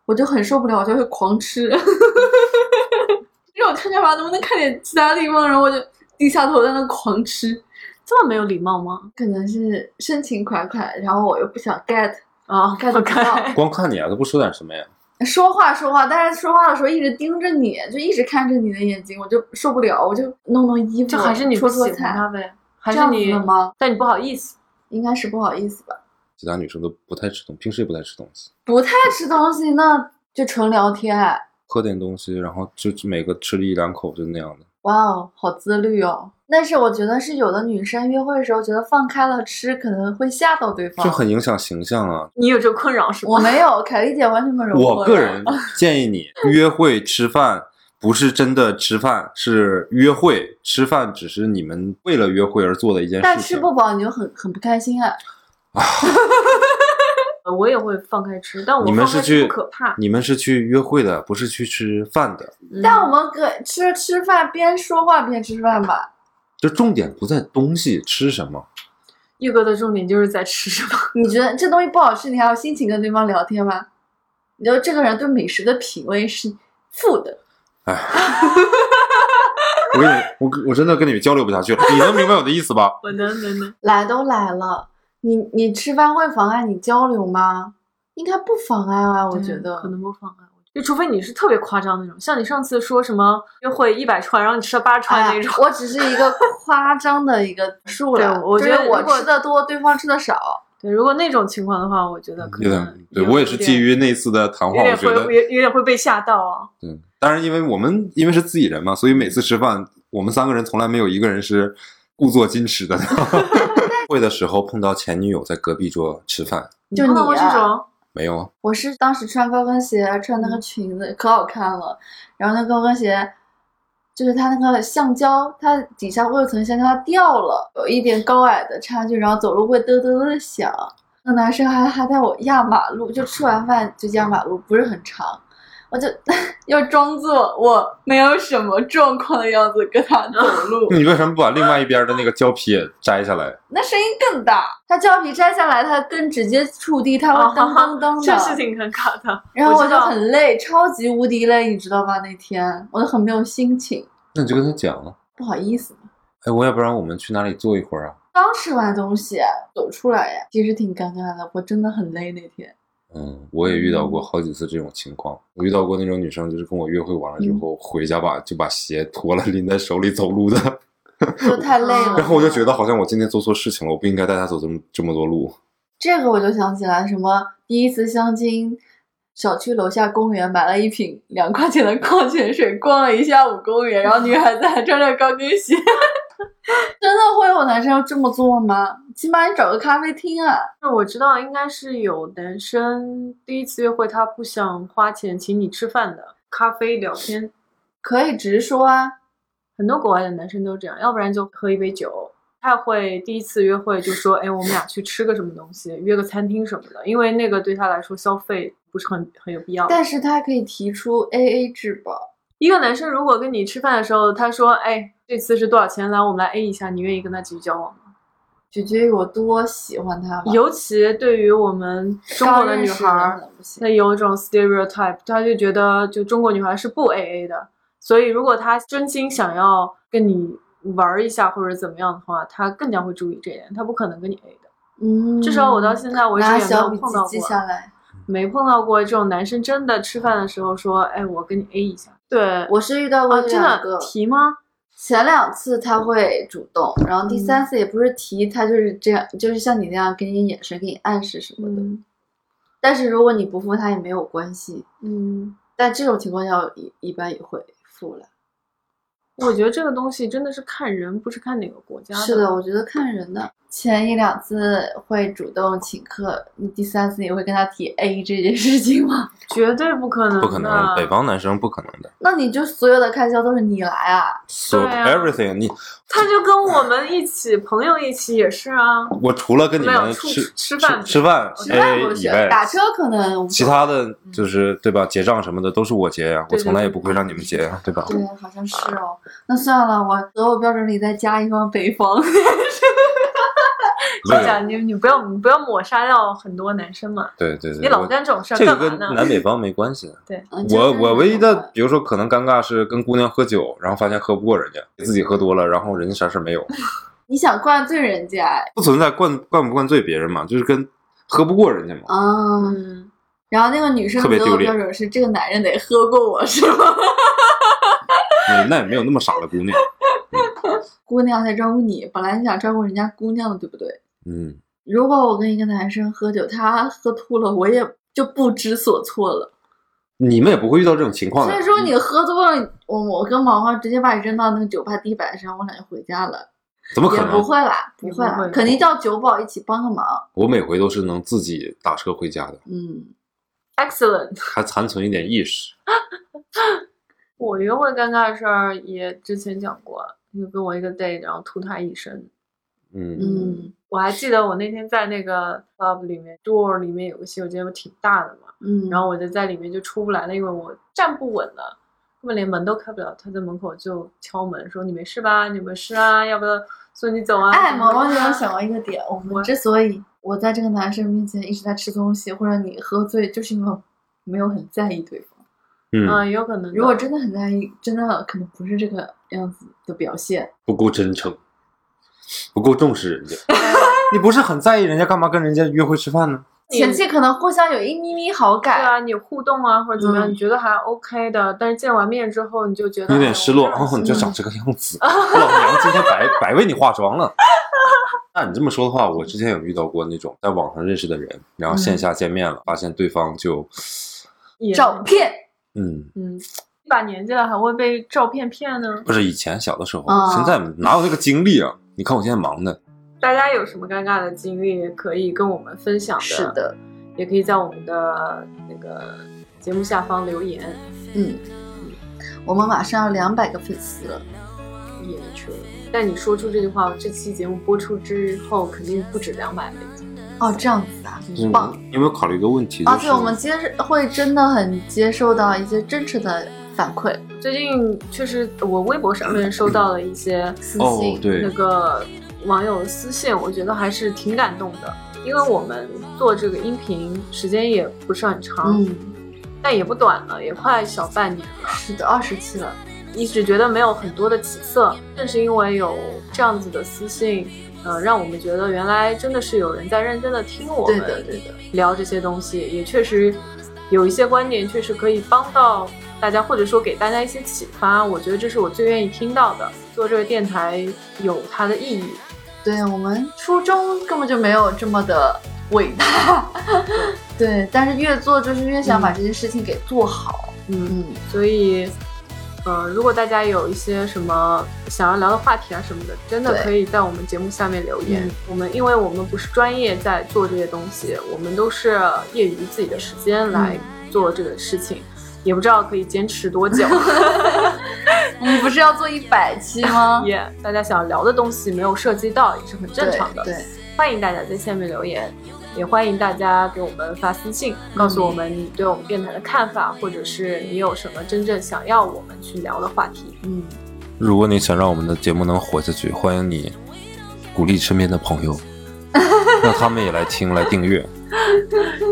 S1: 我就很受不了，我就会狂吃。 [LAUGHS] 就是我看看吧，能不能看点其他地方，然后我就低下头在那狂吃，
S3: 这么没有礼貌吗？
S1: 可能是深情款款，然后我又不想 get，
S3: 啊、
S1: 该怎么办
S2: 光看你啊，都不说点什么呀？
S1: 说话说话，但是说话的时候一直盯着你，就一直看着你的眼睛，我就受不了，我就弄弄衣服，
S3: 就还是你
S1: 戳
S3: 不
S1: 戳
S3: 喜欢
S1: 菜，
S3: 他呗，还
S1: 这
S3: 是
S1: 样子
S3: 你
S1: 的吗？
S3: 但你不好意思，
S1: 应该是不好意思吧。
S2: 其他女生都不太吃东，平时也不太吃东西，
S1: 不太吃东西，那就纯聊天。
S2: 喝点东西，然后就每个吃了一两口就那样的。
S1: 哇哦，好自律哦！但是我觉得是有的女生约会的时候觉得放开了吃可能会吓到对方。
S2: 就很影响形象啊！
S3: 你有这个困扰是吧？
S1: 我没有，凯丽姐完全没有。
S2: 我个
S3: [LAUGHS]
S2: 人建议你约会吃饭，不是真的吃饭，是约会吃饭，只是你们为了约会而做的一件
S1: 但
S2: 事
S1: 吃
S2: 情。
S1: 不饱你就很很不开心啊。
S3: 呃我也会放开吃，但我
S2: 你们
S3: 放
S2: 是
S3: 开
S2: 去
S3: 吃不可怕。
S2: 你们是去约会的，不是去吃饭的。
S3: 嗯
S1: 但我们可吃吃饭边说话边吃饭吧。
S2: 就重点不在东西吃什么，
S3: 玉哥的重点就是在吃什么，
S1: 你觉得这东西不好吃，你还有心情跟对方聊天吗？你觉得这个人对美食的品味是负的。
S2: 我跟你，我跟我真的跟你们交流不下去了。你能明白我的意思吧？
S3: 我能能能。
S1: 来都来了，你你吃饭会妨碍你交流吗？应该不妨碍啊，我觉得。
S3: 嗯可能不妨碍我，就除非你是特别夸张那种，像你上次说什么约会一百串，然后你吃了八串那种，
S1: 哎我只是一个夸张的一
S3: [LAUGHS]
S1: 个数
S3: 对
S1: 了，
S3: 我
S1: 就
S3: 觉
S1: 是
S3: 得
S1: 我
S3: 如果
S1: 吃的多，对方吃的少。
S3: 对，如果那种情况的话，我觉得可
S2: 嗯有
S3: 能
S2: 点，对我也是基
S3: 于
S2: 于那次的谈
S3: 有
S2: 话，我
S3: 点
S2: 觉
S3: 会
S2: 得
S3: 有有点会被吓到啊。
S2: 对，当然，因为我们因为是自己人嘛，所以每次吃饭，我们三个人从来没有一个人是故作矜持的。 [LAUGHS] 会的时候碰到前女友在隔壁桌吃饭，
S1: 就
S3: 碰到
S1: 你
S3: 过这
S1: 啊
S3: 种，嗯
S2: 没有啊？ [LAUGHS]
S1: 我是当时穿高跟鞋，穿那个裙子可好看了，然后那高跟鞋。就是它那个橡胶，它底下外层橡胶它掉了，有一点高矮的差距，然后走路会嘚嘚嘚的响。那男生还还带我压马路，就吃完饭就压马路，不是很长，我就 [LAUGHS] 要装作我没有什么状况的样子跟他走路。
S2: 那你为什么不把另外一边的那个胶皮也摘下来？
S1: 那声音更大。它胶皮摘下来，它跟直接触地，它
S3: 啊
S1: 会
S3: 哈
S1: 噔
S3: 哈
S1: 噔噔
S3: 确
S1: 的。
S3: 实挺尴尬的。
S1: 然后
S3: 我
S1: 我
S3: 知
S1: 就
S3: 道
S1: 很累，超级无敌累，你知道吗？那天我都很没有心情，
S2: 那你就跟他讲啊，
S1: 不好意思。
S2: 哎，我要不然我们去哪里坐一会儿啊？
S1: 刚吃完东西走出来呀，其实挺尴尬的。我真的很累那天。
S2: 嗯，我也遇到过好几次这种情况。我遇到过那种女生，就是跟我约会完了之后、回家把就把鞋脱了拎在手里走路的， [LAUGHS]
S1: 就太累了，
S2: 然后我就觉得好像我今天做错事情了，我不应该带她走这么这么多路。
S1: 这个我就想起来什么第一次相亲，小区楼下公园买了一瓶两块钱的矿泉水，逛了一下午公园，然后女孩子还穿着高跟鞋， [LAUGHS] 真的会有男生要这么做吗？起码你找个咖啡厅啊，
S3: 那我知道应该是有男生第一次约会，他不想花钱请你吃饭的，咖啡聊天，
S1: 可以直说啊。
S3: 很多国外的男生都这样，要不然就喝一杯酒。不太会第一次约会就说，哎，我们俩去吃个什么东西，约个餐厅什么的，因为那个对他来说消费不是很很有必要。
S1: 但是他可以提出 A A 制吧？
S3: 一个男生如果跟你吃饭的时候，他说，哎，这次是多少钱？来，我们来 A 一下，你愿意跟他继续交往吗？
S1: 取决于我多喜欢他吧。
S3: 尤其对于我们中国的女孩
S1: 啊刚认识
S3: 儿
S1: 人，的不行
S3: 那有一种 stereotype，他就觉得就中国女孩是不 AA 的，所以如果她真心想要跟你玩儿一下或者怎么样的话，她更加会注意这一点，她不可能跟你 A 的。
S1: 嗯，
S3: 至少我到现在为止
S1: 拿
S3: 也没
S1: 小
S3: 有
S1: 笔
S3: 碰
S1: 记
S3: 到
S1: 记
S3: 过，
S1: 下来。
S2: 嗯
S3: 没碰到过这种男生真的吃饭的时候说，哎，我跟你 A 一下。对，
S1: 我是遇到过
S3: 哦，
S1: 这
S3: 真
S1: 两
S3: 的
S1: 个，
S3: 提吗？
S1: 前两次他会主动，然后第
S3: 嗯
S1: 三次也不是提，他就是这样，就是像你那样给你眼神、给你暗示什么的。
S3: 嗯
S1: 但是如果你不付，他也没有关系。
S3: 嗯，
S1: 但这种情况下，我一一般也会付了。
S3: 我觉得这个东西真的是看人，不是看哪个国家
S1: 是的，我觉得看人的。前一两次会主动请客，你第三次你会跟他提 A [LAUGHS] 这件事情吗？ [LAUGHS]
S3: 绝对不可能
S2: 不
S3: 的，
S2: 可能，北方男生不可能的。
S1: 那你就所有的开销都是你来啊？
S2: 所有
S3: 对啊
S2: everything，你
S3: 他就跟我们一起，朋友一起也是啊。
S2: 我除了跟你
S3: 没有
S2: 们
S3: 出
S2: 吃
S3: 吃饭
S2: 吃饭
S1: 吃饭
S2: A
S1: 不
S2: 哎以
S1: 行，
S2: 外，
S1: 打车可能无所
S2: 其他的就是对吧？结账什么的都是我结呀，我
S3: 嗯对对
S2: 从来也
S3: 对
S2: 不会让你们结呀，对吧？
S1: 对，好像是
S2: 啊
S1: 哦。那算了，我择偶标准里再加一方北方。
S2: 没有
S3: 是啊，你你不要你不要抹杀掉很多男生嘛，
S2: 对对对，
S3: 你老
S2: 我
S3: 干这种事儿
S2: 这个
S3: 干
S2: 跟
S3: 嘛呢？
S2: 南北方没关系。
S1: 嗯
S2: 我我唯一的，，比如说可能尴尬是跟姑娘喝酒，然后发现喝不过人家，自己喝多了，然后人家啥事儿没
S3: [LAUGHS]
S2: 有，
S1: 你想灌醉人家
S2: 不存在灌灌不灌醉别人嘛，就是跟喝不过人家嘛。
S1: 啊？
S3: 嗯，
S1: 然后那个女生
S2: 特别
S1: 择
S2: 丢
S1: 偶
S2: 脸
S1: 标准是这个男人得喝过我是吗？
S3: [LAUGHS]
S2: 那那也没有那么傻的姑娘，
S1: [LAUGHS] 姑娘在照顾你，本来你想照顾人家姑娘的，对不对？
S2: 嗯，
S1: 如果我跟一个男生喝酒，他喝吐了，我也就不知所措了。
S2: 你们也不会遇到这种情况
S1: 所以
S2: 的。
S1: 说你喝多了，我我跟毛毛直接把你扔到那个酒吧地板上，我俩就回家了，
S2: 怎么可
S1: 也不
S2: 能？
S1: 会啦，不
S3: 也不
S1: 会啦
S3: 会，
S1: 肯定叫酒保一起帮个忙。
S2: 我每回都是能自己打车回家的，
S1: 嗯，
S3: [LAUGHS] Excellent！
S2: 还残存一点意识。
S3: 我约会尴尬的事儿也之前讲过，就跟我一个 date，然后吐他一身。
S2: 嗯，
S1: 嗯
S3: 我还记得我那天在那个 club 里面，door 里面有个洗手间挺大的嘛，
S1: 嗯，
S3: 然后我就在里面就出不来了，因为我站不稳了，根本连门都开不了。他在门口就敲门说：“你没事吧？你有没有事啊？要不要送你走啊？”
S1: 哎，
S3: 什
S1: 毛毛，
S3: 么的
S1: 你有想过一个点，我们
S3: 我
S1: 之所以我在这个男生面前一直在吃东西，或者你喝醉，就是因为没有很在意对方。
S2: 嗯，
S1: 啊
S3: 嗯，有可能的。
S1: 如果真的很在意，真的可能不是这个样子的表现。
S2: 不够真诚，不够重视人家。你不是很在意人家，干嘛跟人家约会吃饭呢？
S3: 你
S1: 前期可能互相有一咪咪好
S3: 对
S1: 感，
S3: 啊，你互动啊或者怎么样，
S1: 嗯
S3: 你觉得还 OK 的，但是见完面之后你就觉得
S2: 有点失落，[LAUGHS]
S1: 嗯
S3: 哎我
S2: 哦，
S3: 真
S2: 你
S3: 的
S2: 就长这个样
S1: [LAUGHS]
S2: 子，我老娘今天白白为你化妆了。 [LAUGHS] 那你这么说的话，我之前有遇到过那种在网上认识的人，然后
S1: 嗯
S2: 线下见面了，发现对方就，
S3: 也
S1: 照片
S2: 嗯，
S3: 嗯，一把年纪了还会被照片骗呢？
S2: 不是以前小的时候，
S1: 啊
S2: 现在哪有那个精力啊？你看我现在忙的，
S3: 大家有什么尴尬的经历可以跟我们分享的？
S1: 是的，
S3: 也可以在我们的那个节目下方留言。
S1: 嗯，我们马上要两百个粉丝了，
S3: 也确实，但你说出这句话，这期节目播出之后肯定不止两百倍。
S1: 哦，这样子啊，
S2: 嗯
S1: 很棒。
S2: 你有没有考虑一个问题？
S1: 而
S2: 就
S1: 且
S2: 是
S1: 我们接会真的很接受到一些真实的反馈、
S3: 最近确实，我微博上面收到了一些
S1: 私
S2: 哦
S1: 信，，
S2: 对
S3: 那，个网友私信，我觉得还是挺感动的。因为我们做这个音频时间也不是很长，
S1: 嗯，
S3: 但也不短了，也快小半年了。
S1: 是的，二十期了，
S3: 一直觉得没有很多的起色，正是因为有这样子的私信，呃，让我们觉得原来真的是有人在认真的听我
S1: 对
S3: 们
S1: 的，对的，
S3: 聊这些东西，也确实有一些观点确实可以帮到大家，或者说给大家一些启发。我觉得这是我最愿意听到的。做这个电台有它的意义，
S1: 对我们初中根本就没有这么的伟大， [LAUGHS] 对，但是越做就是越想把这些事情给做好，
S3: 嗯，
S1: 嗯，
S3: 所以。呃，如果大家有一些什么想要聊的话题啊什么的，真的
S1: 对
S3: 可以在我们节目下面留言
S1: 嗯。
S3: 我们因为我们不是专业在做这些东西，我们都是业余自己的时间来
S1: 嗯
S3: 做这个事情，也不知道可以坚持
S1: [LAUGHS]
S3: 多久。
S1: 我们不是要做一百期吗？
S3: 也大家想聊的东西没有涉及到，也是很正常的。
S1: 对对
S3: 欢迎大家在下面留言，也欢迎大家给我们发私信，告诉我们你对我们电台的看法，或者是你有什么真正想要我们去聊的话题。
S1: 嗯，
S2: 如果你想让我们的节目能活下去，欢迎你鼓励身边的朋友，让他们也来听来订阅。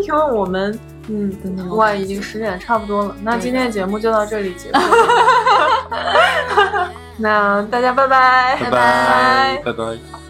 S3: 因为我们。嗯
S1: 真的，吗
S3: 哇，已经十点差不多了，那
S1: 对的
S3: 今天的节目就到这里结束 [LAUGHS] 了。那大家拜拜
S2: 拜拜，拜拜。